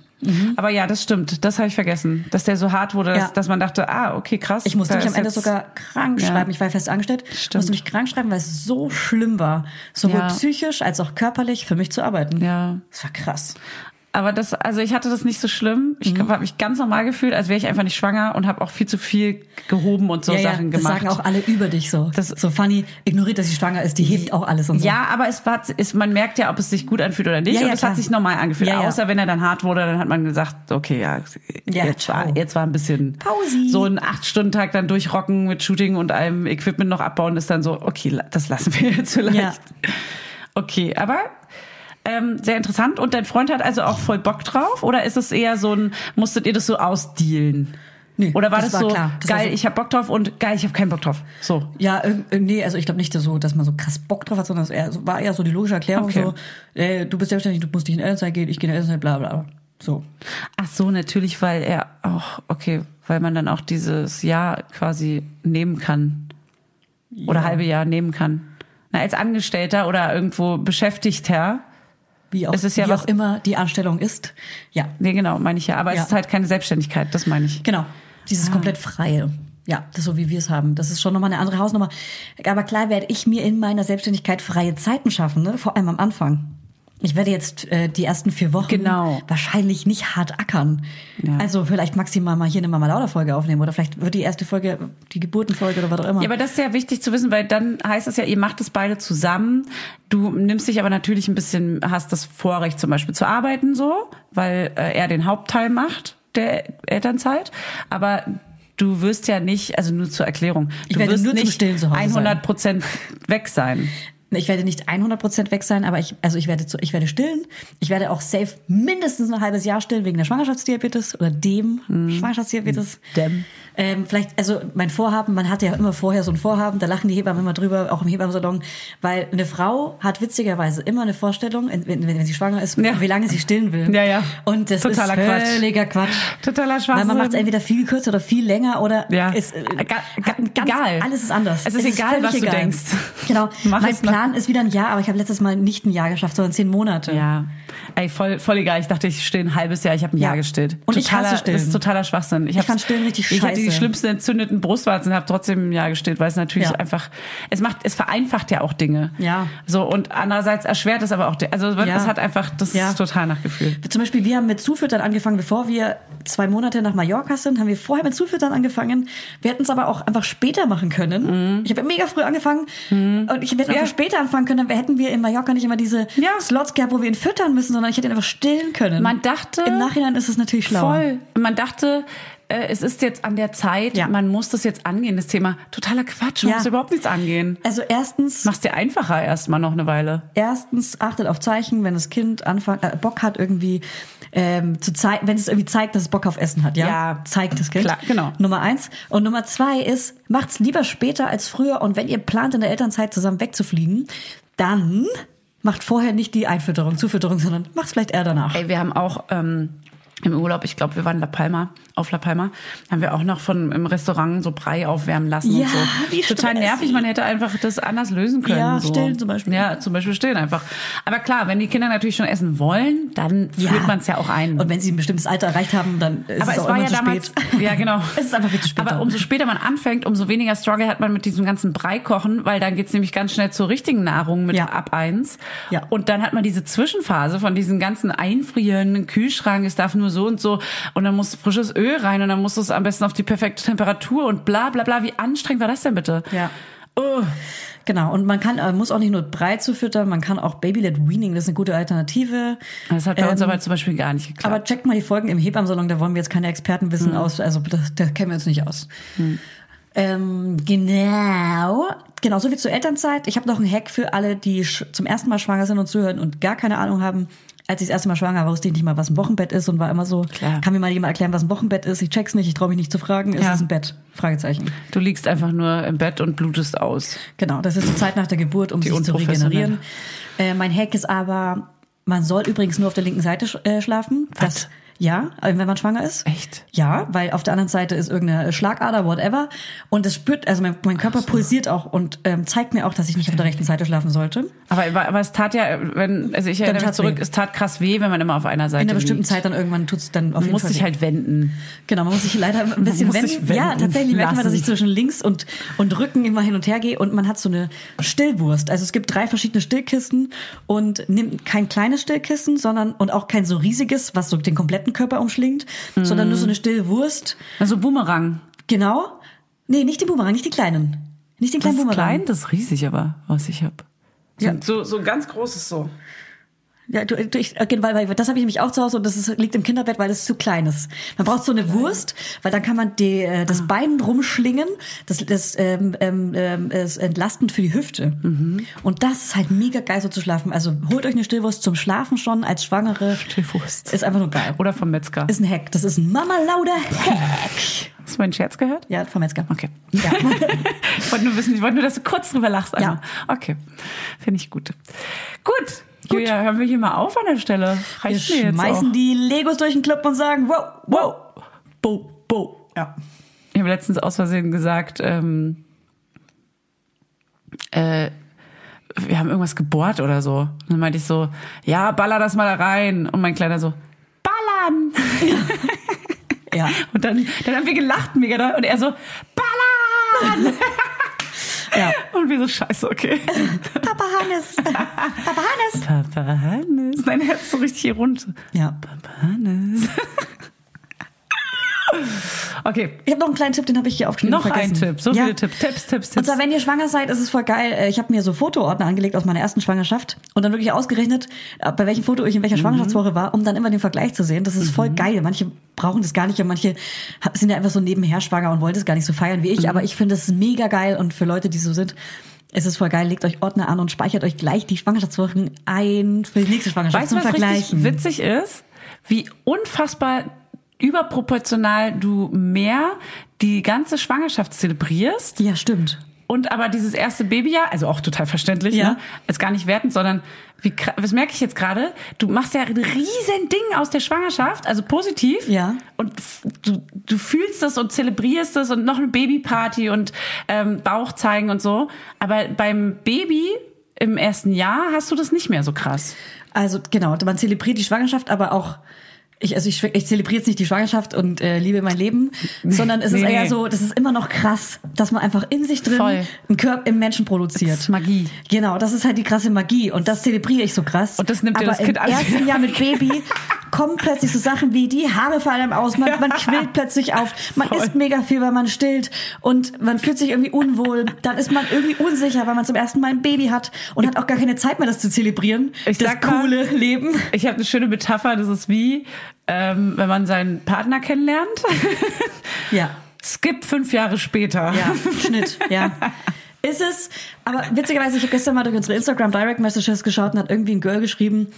Aber ja, das stimmt. Das habe ich vergessen, dass der so hart wurde, dass, Mhm. Ja. dass man dachte, ah, okay, krass. Ich musste da mich am ist Ende jetzt- sogar krank Ja. schreiben. Ich war ja fest angestellt. Stimmt. Stimmt. Musste mich krank schreiben, weil es so schlimm war. Sowohl Ja. psychisch als auch körperlich für mich zu arbeiten. Ja. Das war krass. Aber das, also ich hatte das nicht so schlimm. Ich Mhm. habe mich ganz normal gefühlt, als wäre ich einfach nicht schwanger und habe auch viel zu viel gehoben und so ja, Sachen ja, das gemacht. sagen auch alle über dich so. Das- so Fanny ignoriert, dass sie schwanger ist, die hebt auch alles und so. Ja, aber es war, ist, man merkt ja, ob es sich gut anfühlt oder nicht. Ja, ja, und es klar. hat sich normal angefühlt. Ja, ja. Außer wenn er dann hart wurde, dann hat man gesagt, okay, ja, Ja, jetzt, ciao. war, jetzt war ein bisschen Pausi. so ein Acht-Stunden-Tag dann durchrocken mit Shooting und allem Equipment noch abbauen, ist dann so, okay, la- das lassen wir jetzt vielleicht. Ja. Okay, aber ähm, sehr interessant. Und dein Freund hat also auch voll Bock drauf? Oder ist es eher so ein, musstet ihr das so ausdealen? Nee, Oder war das, das war so klar. Das war geil, so- ich hab Bock drauf und geil, ich hab keinen Bock drauf? So. Ja, irg- irg- nee, also ich glaube nicht dass so, dass man so krass Bock drauf hat, sondern es eher, so- war eher so die logische Erklärung Okay. so, ey, du bist selbstständig, du musst nicht in Elternzeit gehen, ich gehe in Elternzeit, bla bla bla. So. Ach so, natürlich, weil er auch, okay, weil man dann auch dieses Jahr quasi nehmen kann. Oder halbe Jahr nehmen kann. Na, als Angestellter oder irgendwo Beschäftigter. Wie auch, Es ist ja wie was- auch immer die Anstellung ist. Ja, Nee, genau, meine ich ja. Aber Ja. es ist halt keine Selbstständigkeit, das meine ich. Genau, Ah. dieses komplett freie. Ja, das so wie wir es haben. Das ist schon nochmal eine andere Hausnummer. Aber klar werde ich mir in meiner Selbstständigkeit freie Zeiten schaffen, ne? vor allem am Anfang. Ich werde jetzt äh, die ersten vier Wochen Genau. wahrscheinlich nicht hart ackern. Ja. Also vielleicht maximal mal hier eine Mama Lauda Folge aufnehmen oder vielleicht wird die erste Folge die Geburtenfolge oder was auch immer. Ja, aber das ist ja wichtig zu wissen, weil dann heißt es ja, ihr macht es beide zusammen. Du nimmst dich aber natürlich ein bisschen, hast das Vorrecht zum Beispiel zu arbeiten so, weil äh, er den Hauptteil macht der Elternzeit. Aber du wirst ja nicht, also nur zur Erklärung, Ich du werde wirst nur zum nicht Stillen zu Hause sein. 100 Prozent weg sein. Ich werde nicht 100% weg sein, aber ich, also ich werde, zu, ich werde stillen. Ich werde auch safe mindestens ein halbes Jahr stillen wegen der Schwangerschaftsdiabetes oder dem Schwangerschaftsdiabetes. Mhm. Dem. Ähm, vielleicht, also mein Vorhaben, man hat ja immer vorher so ein Vorhaben, da lachen die Hebammen immer drüber, auch im Hebammensalon, weil eine Frau hat witzigerweise immer eine Vorstellung, wenn, wenn, wenn sie schwanger ist, Ja. wie lange sie stillen will. Ja, ja. Und das Totaler ist Quatsch. völliger Quatsch. Totaler Schwachsinn. Weil man macht es entweder viel kürzer oder viel länger oder Ja. ist, äh, Ga- ga- ganz, egal. alles ist anders. Es ist egal, völlig was du denkst. Genau. Mach mein es nach- Plan ist wieder ein Jahr, aber ich habe letztes Mal nicht ein Jahr geschafft, sondern zehn Monate. Ja, ey, voll, voll egal. Ich dachte, ich stehe ein halbes Jahr. Ich habe ein Ja. Jahr gestillt. Und ich totaler, hasse Stillen. Das ist totaler Schwachsinn. Ich, hab's- fand Stillen richtig Ich hatte die scheiße. schlimmsten entzündeten Brustwarzen und habe trotzdem ein Jahr gestillt, weil es natürlich Ja. einfach, es macht, es vereinfacht ja auch Dinge. Ja. So und andererseits erschwert es aber auch, die- also Ja. es hat einfach, das Ja. ist total nach Gefühl. Zum Beispiel, wir haben mit Zufüttern angefangen, bevor wir zwei Monate nach Mallorca sind, haben wir vorher mit Zufüttern angefangen. Wir hätten es aber auch einfach später machen können. Mhm. Ich habe mega früh angefangen und ich hätte einfach später anfangen können, dann hätten wir in Mallorca nicht immer diese Ja. Slots gehabt, wo wir ihn füttern müssen, sondern ich hätte ihn einfach stillen können. Man dachte- Im Nachhinein ist es natürlich schlau. Voll. Man dachte, äh, es ist jetzt an der Zeit, Ja. man muss das jetzt angehen, das Thema. Totaler Quatsch, man Ja. muss überhaupt nichts angehen. Also erstens, Mach's dir einfacher erstmal noch eine Weile. erstens achtet auf Zeichen, wenn das Kind Anfang, äh, Bock hat irgendwie ähm, zu zeigen, wenn es irgendwie zeigt, dass es Bock auf Essen hat, ja? Ja. Zeigt das Kind. Klar, genau. Nummer eins. Und Nummer zwei ist, macht's lieber später als früher. Und wenn ihr plant, in der Elternzeit zusammen wegzufliegen, dann macht vorher nicht die Einfütterung, Zufütterung, sondern macht's vielleicht eher danach. Ey, wir haben auch ähm, im Urlaub, ich glaube, wir waren in La Palma, auf La Palma, haben wir auch noch von im Restaurant so Brei aufwärmen lassen Ja, und so. wie Total stressig. nervig, man hätte einfach das anders lösen können. Ja, so. stillen zum Beispiel. Ja, zum Beispiel stillen einfach. Aber klar, wenn die Kinder natürlich schon essen wollen, dann führt man es ja auch ein. Und wenn sie ein bestimmtes Alter erreicht haben, dann ist aber es, es auch war immer ja zu damals, spät. ja genau. Es ist einfach viel zu spät. Aber dann. umso später man anfängt, umso weniger Struggle hat man mit diesem ganzen Brei kochen, weil dann geht's nämlich ganz schnell zur richtigen Nahrung mit Ja. ab eins. Ja. Und dann hat man diese Zwischenphase von diesen ganzen Einfrieren, Kühlschrank, es darf nur so und so und dann muss frisches Öl rein und dann muss es am besten auf die perfekte Temperatur und bla bla bla. Wie anstrengend war das denn bitte? Oh, Ja. Ugh. Genau, und man kann, äh, muss auch nicht nur Brei zu füttern, man kann auch Babylet Weaning, das ist eine gute Alternative. Das hat bei uns Ähm, aber zum Beispiel gar nicht geklappt. Aber checkt mal die Folgen im Hebammensalon, da wollen wir jetzt keine Expertenwissen Hm. aus, also das, da kennen wir uns nicht aus. Ähm, genau, genau, so viel zur Elternzeit. Ich habe noch einen Hack für alle, die sch- zum ersten Mal schwanger sind und zuhören und gar keine Ahnung haben. Als ich das erste Mal schwanger war, wusste ich nicht mal, was ein Wochenbett ist und war immer so, Klar. kann mir mal jemand erklären, was ein Wochenbett ist? Ich check's nicht, ich traue mich nicht zu fragen. Ist Ja. es ein Bett? Fragezeichen. du liegst einfach nur im Bett und blutest aus. Genau, das ist die Zeit nach der Geburt, um Die sich zu Unprofessionellen. regenerieren. Äh, mein Hack ist aber, man soll übrigens nur auf der linken Seite sch äh, schlafen. Das, ja, äh, wenn man schwanger ist. Echt? Ja, weil auf der anderen Seite ist irgendeine Schlagader, whatever. Und es spürt, also mein, mein Körper pulsiert auch und ähm, zeigt mir auch, dass ich nicht auf der rechten Seite schlafen sollte. Aber, aber es tat ja, wenn, also ich erinnere Dann mich tat's weh. zurück, es tat krass weh, wenn man immer auf einer Seite In einer bestimmten liegt. Zeit dann irgendwann tut's dann auf Man jeden muss Fall. sich weh. halt wenden. Genau, man muss sich leider ein bisschen muss wenden. sich Ja, wenden tatsächlich merkt man, dass ich lassen. zwischen links und, und Rücken immer hin und her gehe und man hat so eine Stillwurst. Also es gibt drei verschiedene Stillkissen und nimmt kein kleines Stillkissen, sondern und auch kein so riesiges, was so den kompletten Körper umschlingt, Mhm. sondern nur so eine Stillwurst. Also Boomerang. Genau. Nee, nicht den Boomerang, nicht die kleinen. Nicht den Das kleinen ist Boomerang. klein, das ist riesig, aber was ich habe. Ja. So, so ein ganz großes so. Ja, du, du, ich, okay, weil, weil das habe ich nämlich auch zu Hause und das ist, liegt im Kinderbett, weil das zu klein ist. Man braucht so eine Wurst, weil dann kann man die, äh, Ah. das Bein rumschlingen. Das, das ähm, ähm, ähm, ist entlastend für die Hüfte. Mhm. Und das ist halt mega geil so zu schlafen. Also holt euch eine Stillwurst zum Schlafen schon als Schwangere. Stillwurst. Ist einfach nur geil. Oder vom Metzger. Ist ein Hack. Das ist ein Mama Lauder Hack. Hast du meinen Scherz gehört? Ja, vom Metzger. Okay. Ja. ich wollte nur wissen, ich wollte nur, dass du kurz drüber lachst. Anna. Okay. Finde ich gut. Gut. Julia, hören wir hier mal auf an der Stelle. Wir Reicht mir jetzt auch. schmeißen die Legos durch den Club und sagen, wow, wow, bo, bo. Ja. Ich habe letztens aus Versehen gesagt, ähm, äh, wir haben irgendwas gebohrt oder so. Und dann meinte ich so, ja, baller das mal da rein. Und mein Kleiner so, ballern. Ja. Und dann, dann haben wir gelacht mega doll und er so, ballern! Ja. Und wir so, scheiße, okay. Papa Hannes. Papa Hannes. Papa Hannes. Mein Herz so richtig hier rund. Ja. Papa Hannes. okay, Ich habe noch einen kleinen Tipp, den habe ich hier aufgeschrieben. noch vergessen. ein Tipp. So Ja. viele Tipps, Tipps, Tipps, Und Tipps. zwar, wenn ihr schwanger seid, ist es voll geil. Äh, Ich habe mir so Fotoordner angelegt aus meiner ersten Schwangerschaft und dann wirklich ausgerechnet, äh, bei welchem Foto ich in Mhm. welcher Schwangerschaftswoche war, um dann immer den Vergleich zu sehen. Das ist voll geil. Manche brauchen das gar nicht und manche sind ja einfach so nebenher schwanger und wollen das gar nicht so feiern wie Mhm. ich. Aber ich finde es mega geil und für Leute, die so sind, ist es voll geil. Legt euch Ordner an und speichert euch gleich die Schwangerschaftswochen ein für die nächste Schwangerschaft Weißt du, zum was richtig Vergleichen. witzig ist? Wie unfassbar überproportional du mehr die ganze Schwangerschaft zelebrierst ja, stimmt. und aber dieses erste Babyjahr, also auch total verständlich, Ja. ne? ist gar nicht wertend, sondern wie, kra- was merke ich jetzt gerade? Du machst ja ein riesen Ding aus der Schwangerschaft, also positiv. Ja. Und f- du, du fühlst es und zelebrierst es und noch eine Babyparty und ähm, Bauch zeigen und so. Aber beim Baby im ersten Jahr hast du das nicht mehr so krass. Also genau, man zelebriert die Schwangerschaft, aber auch ich, also ich, schwe- ich zelebriere jetzt nicht die Schwangerschaft und äh, liebe mein Leben, sondern es ist Nee, eher nee. so, das ist immer noch krass, dass man einfach in sich drin Voll. einen Körper im Menschen produziert. Das ist Magie. Genau, das ist halt die krasse Magie und das zelebriere ich so krass. Und das nimmt dir aber das Kind im alles ersten wieder Jahr mit Baby kommen plötzlich so Sachen wie die Haare fallen einem aus, man, man quillt plötzlich auf, man Voll. isst mega viel, weil man stillt und man fühlt sich irgendwie unwohl, dann ist man irgendwie unsicher, weil man zum ersten Mal ein Baby hat und hat auch gar keine Zeit mehr, das zu zelebrieren. Ich das sag mal- coole Leben. Ich habe eine schöne Metapher, das ist wie, ähm, wenn man seinen Partner kennenlernt. Ja, Skip fünf Jahre später. ja, Schnitt, ja. Ist es, aber witzigerweise, ich habe gestern mal durch unsere Instagram Direct Messages geschaut und hat irgendwie ein Girl geschrieben,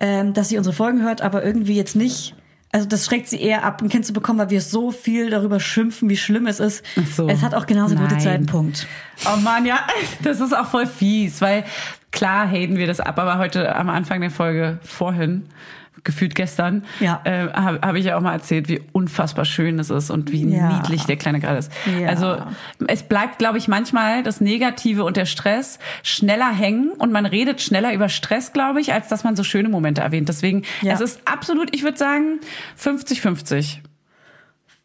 ähm, dass sie unsere Folgen hört, aber irgendwie jetzt nicht. Also das schreckt sie eher ab, ein Kind zu bekommen, weil wir so viel darüber schimpfen, wie schlimm es ist. Ach so. Es hat auch genauso gute Nein. Zeitpunkt. Oh Mann, ja, das ist auch voll fies, weil klar haten wir das ab, aber heute am Anfang der Folge vorhin gefühlt gestern, Ja. äh, habe hab ich ja auch mal erzählt, wie unfassbar schön es ist und wie Ja. niedlich der Kleine gerade ist. Ja. Also es bleibt, glaube ich, manchmal das Negative und der Stress schneller hängen und man redet schneller über Stress, glaube ich, als dass man so schöne Momente erwähnt. Deswegen, Ja. es ist absolut, ich würde sagen, 50-50.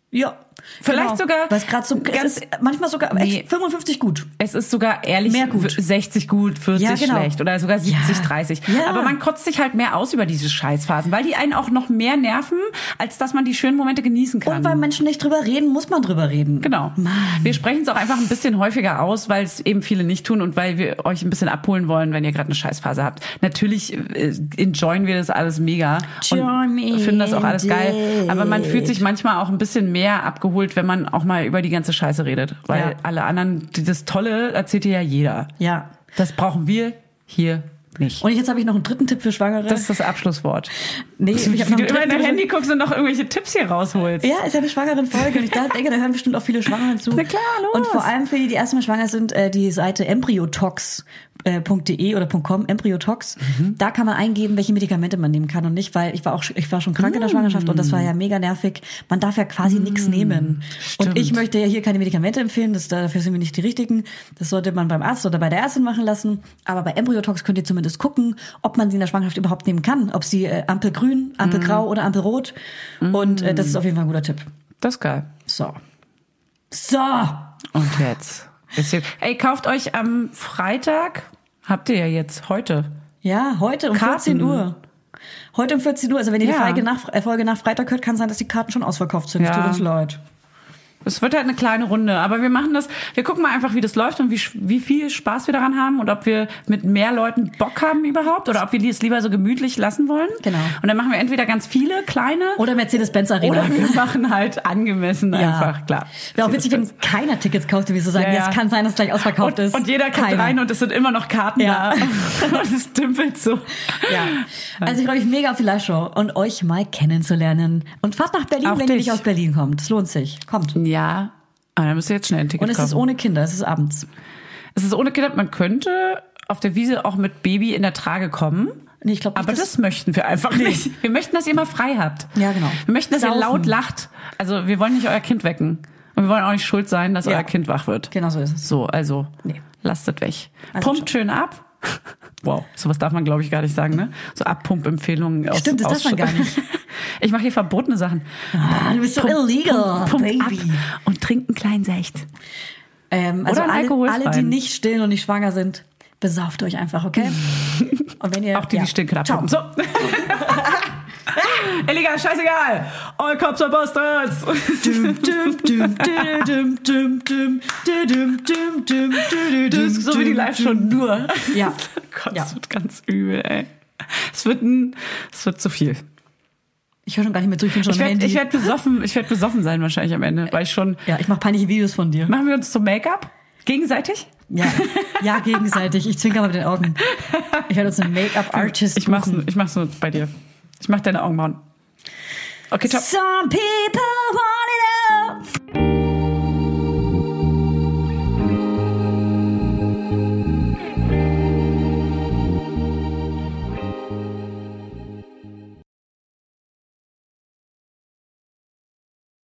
Ja. Vielleicht sogar Was gerade so ganz- ganz ist manchmal sogar Nee. echt 55 gut. Es ist sogar ehrlich Mehr gut. 60 gut, 40 Ja, genau. schlecht oder sogar 70, Ja. 30. Ja. Aber man kotzt sich halt mehr aus über diese Scheißphasen, weil die einen auch noch mehr nerven, als dass man die schönen Momente genießen kann. Und weil Menschen nicht drüber reden, muss man drüber reden. Genau. Mann. Wir sprechen es auch einfach ein bisschen häufiger aus, weil es eben viele nicht tun und weil wir euch ein bisschen abholen wollen, wenn ihr gerade eine Scheißphase habt. Natürlich äh, enjoyen wir das alles mega Join me und finden das auch alles geil. indeed. Aber man fühlt sich manchmal auch ein bisschen mehr abgeholt, wenn man auch mal über die ganze Scheiße redet. Weil Ja. alle anderen, das Tolle erzählt dir ja jeder. Ja. Das brauchen wir hier nicht. Und jetzt habe ich noch einen dritten Tipp für Schwangere. das ist das Abschlusswort. nee, ich hab Wie noch du immer einen in dritten dein Tipp. Handy guckst und noch irgendwelche Tipps hier rausholst. Ja, ist ja eine Schwangerenfolge und ich dachte, denke, da hören bestimmt auch viele Schwangeren zu. Na klar, los. Und vor allem für die, die erste Mal schwanger sind, äh, die Seite embryotox.de oder .com, embryotox, Mhm. da kann man eingeben, welche Medikamente man nehmen kann und nicht, weil ich war auch, sch- ich war schon krank Mm. in der Schwangerschaft und das war ja mega nervig. Man darf ja quasi nichts nehmen. Und ich möchte ja hier keine Medikamente empfehlen, das, dafür sind wir nicht die richtigen. Das sollte man beim Arzt oder bei der Ärztin machen lassen. Aber bei Embryotox könnt ihr zumindest gucken, ob man sie in der Schwangerschaft überhaupt nehmen kann. Ob sie äh, Ampelgrün, Mm. Ampelgrau oder Ampelrot. Und äh, das ist auf jeden Fall ein guter Tipp. Das ist geil. So. So. Und jetzt. Ist hier, ey, kauft euch am Freitag, habt ihr ja jetzt heute. Ja, heute um Karten. 14 Uhr. Heute um 14 Uhr. Also wenn ihr Ja. die Folge nach, äh, Folge nach Freitag hört, kann sein, dass die Karten schon ausverkauft sind. Ja. Es tut uns leid. Es wird halt eine kleine Runde, aber wir machen das, wir gucken mal einfach, wie das läuft und wie, sch- wie viel Spaß wir daran haben und ob wir mit mehr Leuten Bock haben überhaupt oder ob wir die es lieber so gemütlich lassen wollen. Genau. Und dann machen wir entweder ganz viele kleine Oder Mercedes-Benz Arena. oder wir machen halt angemessen Ja. einfach, klar. Wäre auch witzig, wenn keiner Tickets kauft, wie so sagen, Ja, ja, ja. es kann sein, dass es gleich ausverkauft und, ist. und jeder kommt Keiner. rein und es sind immer noch Karten Ja. da. Und es dümpelt so. Ja. Also ich freue mich mega auf die Live-Show und euch mal kennenzulernen. Und fahrt nach Berlin, Auch wenn ihr dich. nicht aus Berlin kommt. Es lohnt sich. Kommt. Ja. Aber dann müsst ihr jetzt schnell ein Ticket Und es kaufen. ist ohne Kinder, es ist abends. Es ist ohne Kinder, man könnte auf der Wiese auch mit Baby in der Trage kommen. Nee, ich glaub nicht, Aber das, dass- möchten wir einfach nicht. Wir möchten, dass ihr mal frei habt. Ja, genau. Wir möchten, dass ihr Saufen. laut lacht. Also wir wollen nicht euer Kind wecken. Und wir wollen auch nicht schuld sein, dass Ja. euer Kind wach wird. Genau so ist es. So, also Nee. lasst das weg. Also Pumpt schön ab. Wow, sowas darf man, glaube ich, gar nicht sagen, ne? So Abpumpempfehlungen aus Stimmt, das aus darf man gar nicht. Ich mache hier verbotene Sachen. Ah, du bist so illegal, Pumpt Baby. ab und trinkt einen kleinen Secht. Ähm, also Oder einen alle, alkoholfreien. alle, die nicht stillen und nicht schwanger sind, besauft euch einfach, okay? Und wenn ihr Auch die, ja. die still knapp Ciao. haben. So. Illegal, scheißegal. All cops are bastards. Das ist so wie die Live schon nur. Ja. Gott, Ja. es wird ganz übel, ey. Es wird ein, es wird zu viel. Ich höre schon gar nicht mehr zu, ich bin schon Ich am werde Handy. ich werd besoffen, ich werde besoffen sein wahrscheinlich am Ende, weil ich schon ja, ich mache peinliche Videos von dir. machen wir uns zum Make-up gegenseitig. Ja, ja gegenseitig. Ich zwinker mal mit den Augen. Ich werde uns einen Make-up-Artist Ich mach's, buchen. ich mach's nur bei dir. Ich mach deine Augenbrauen. Okay, ciao. Some people wanna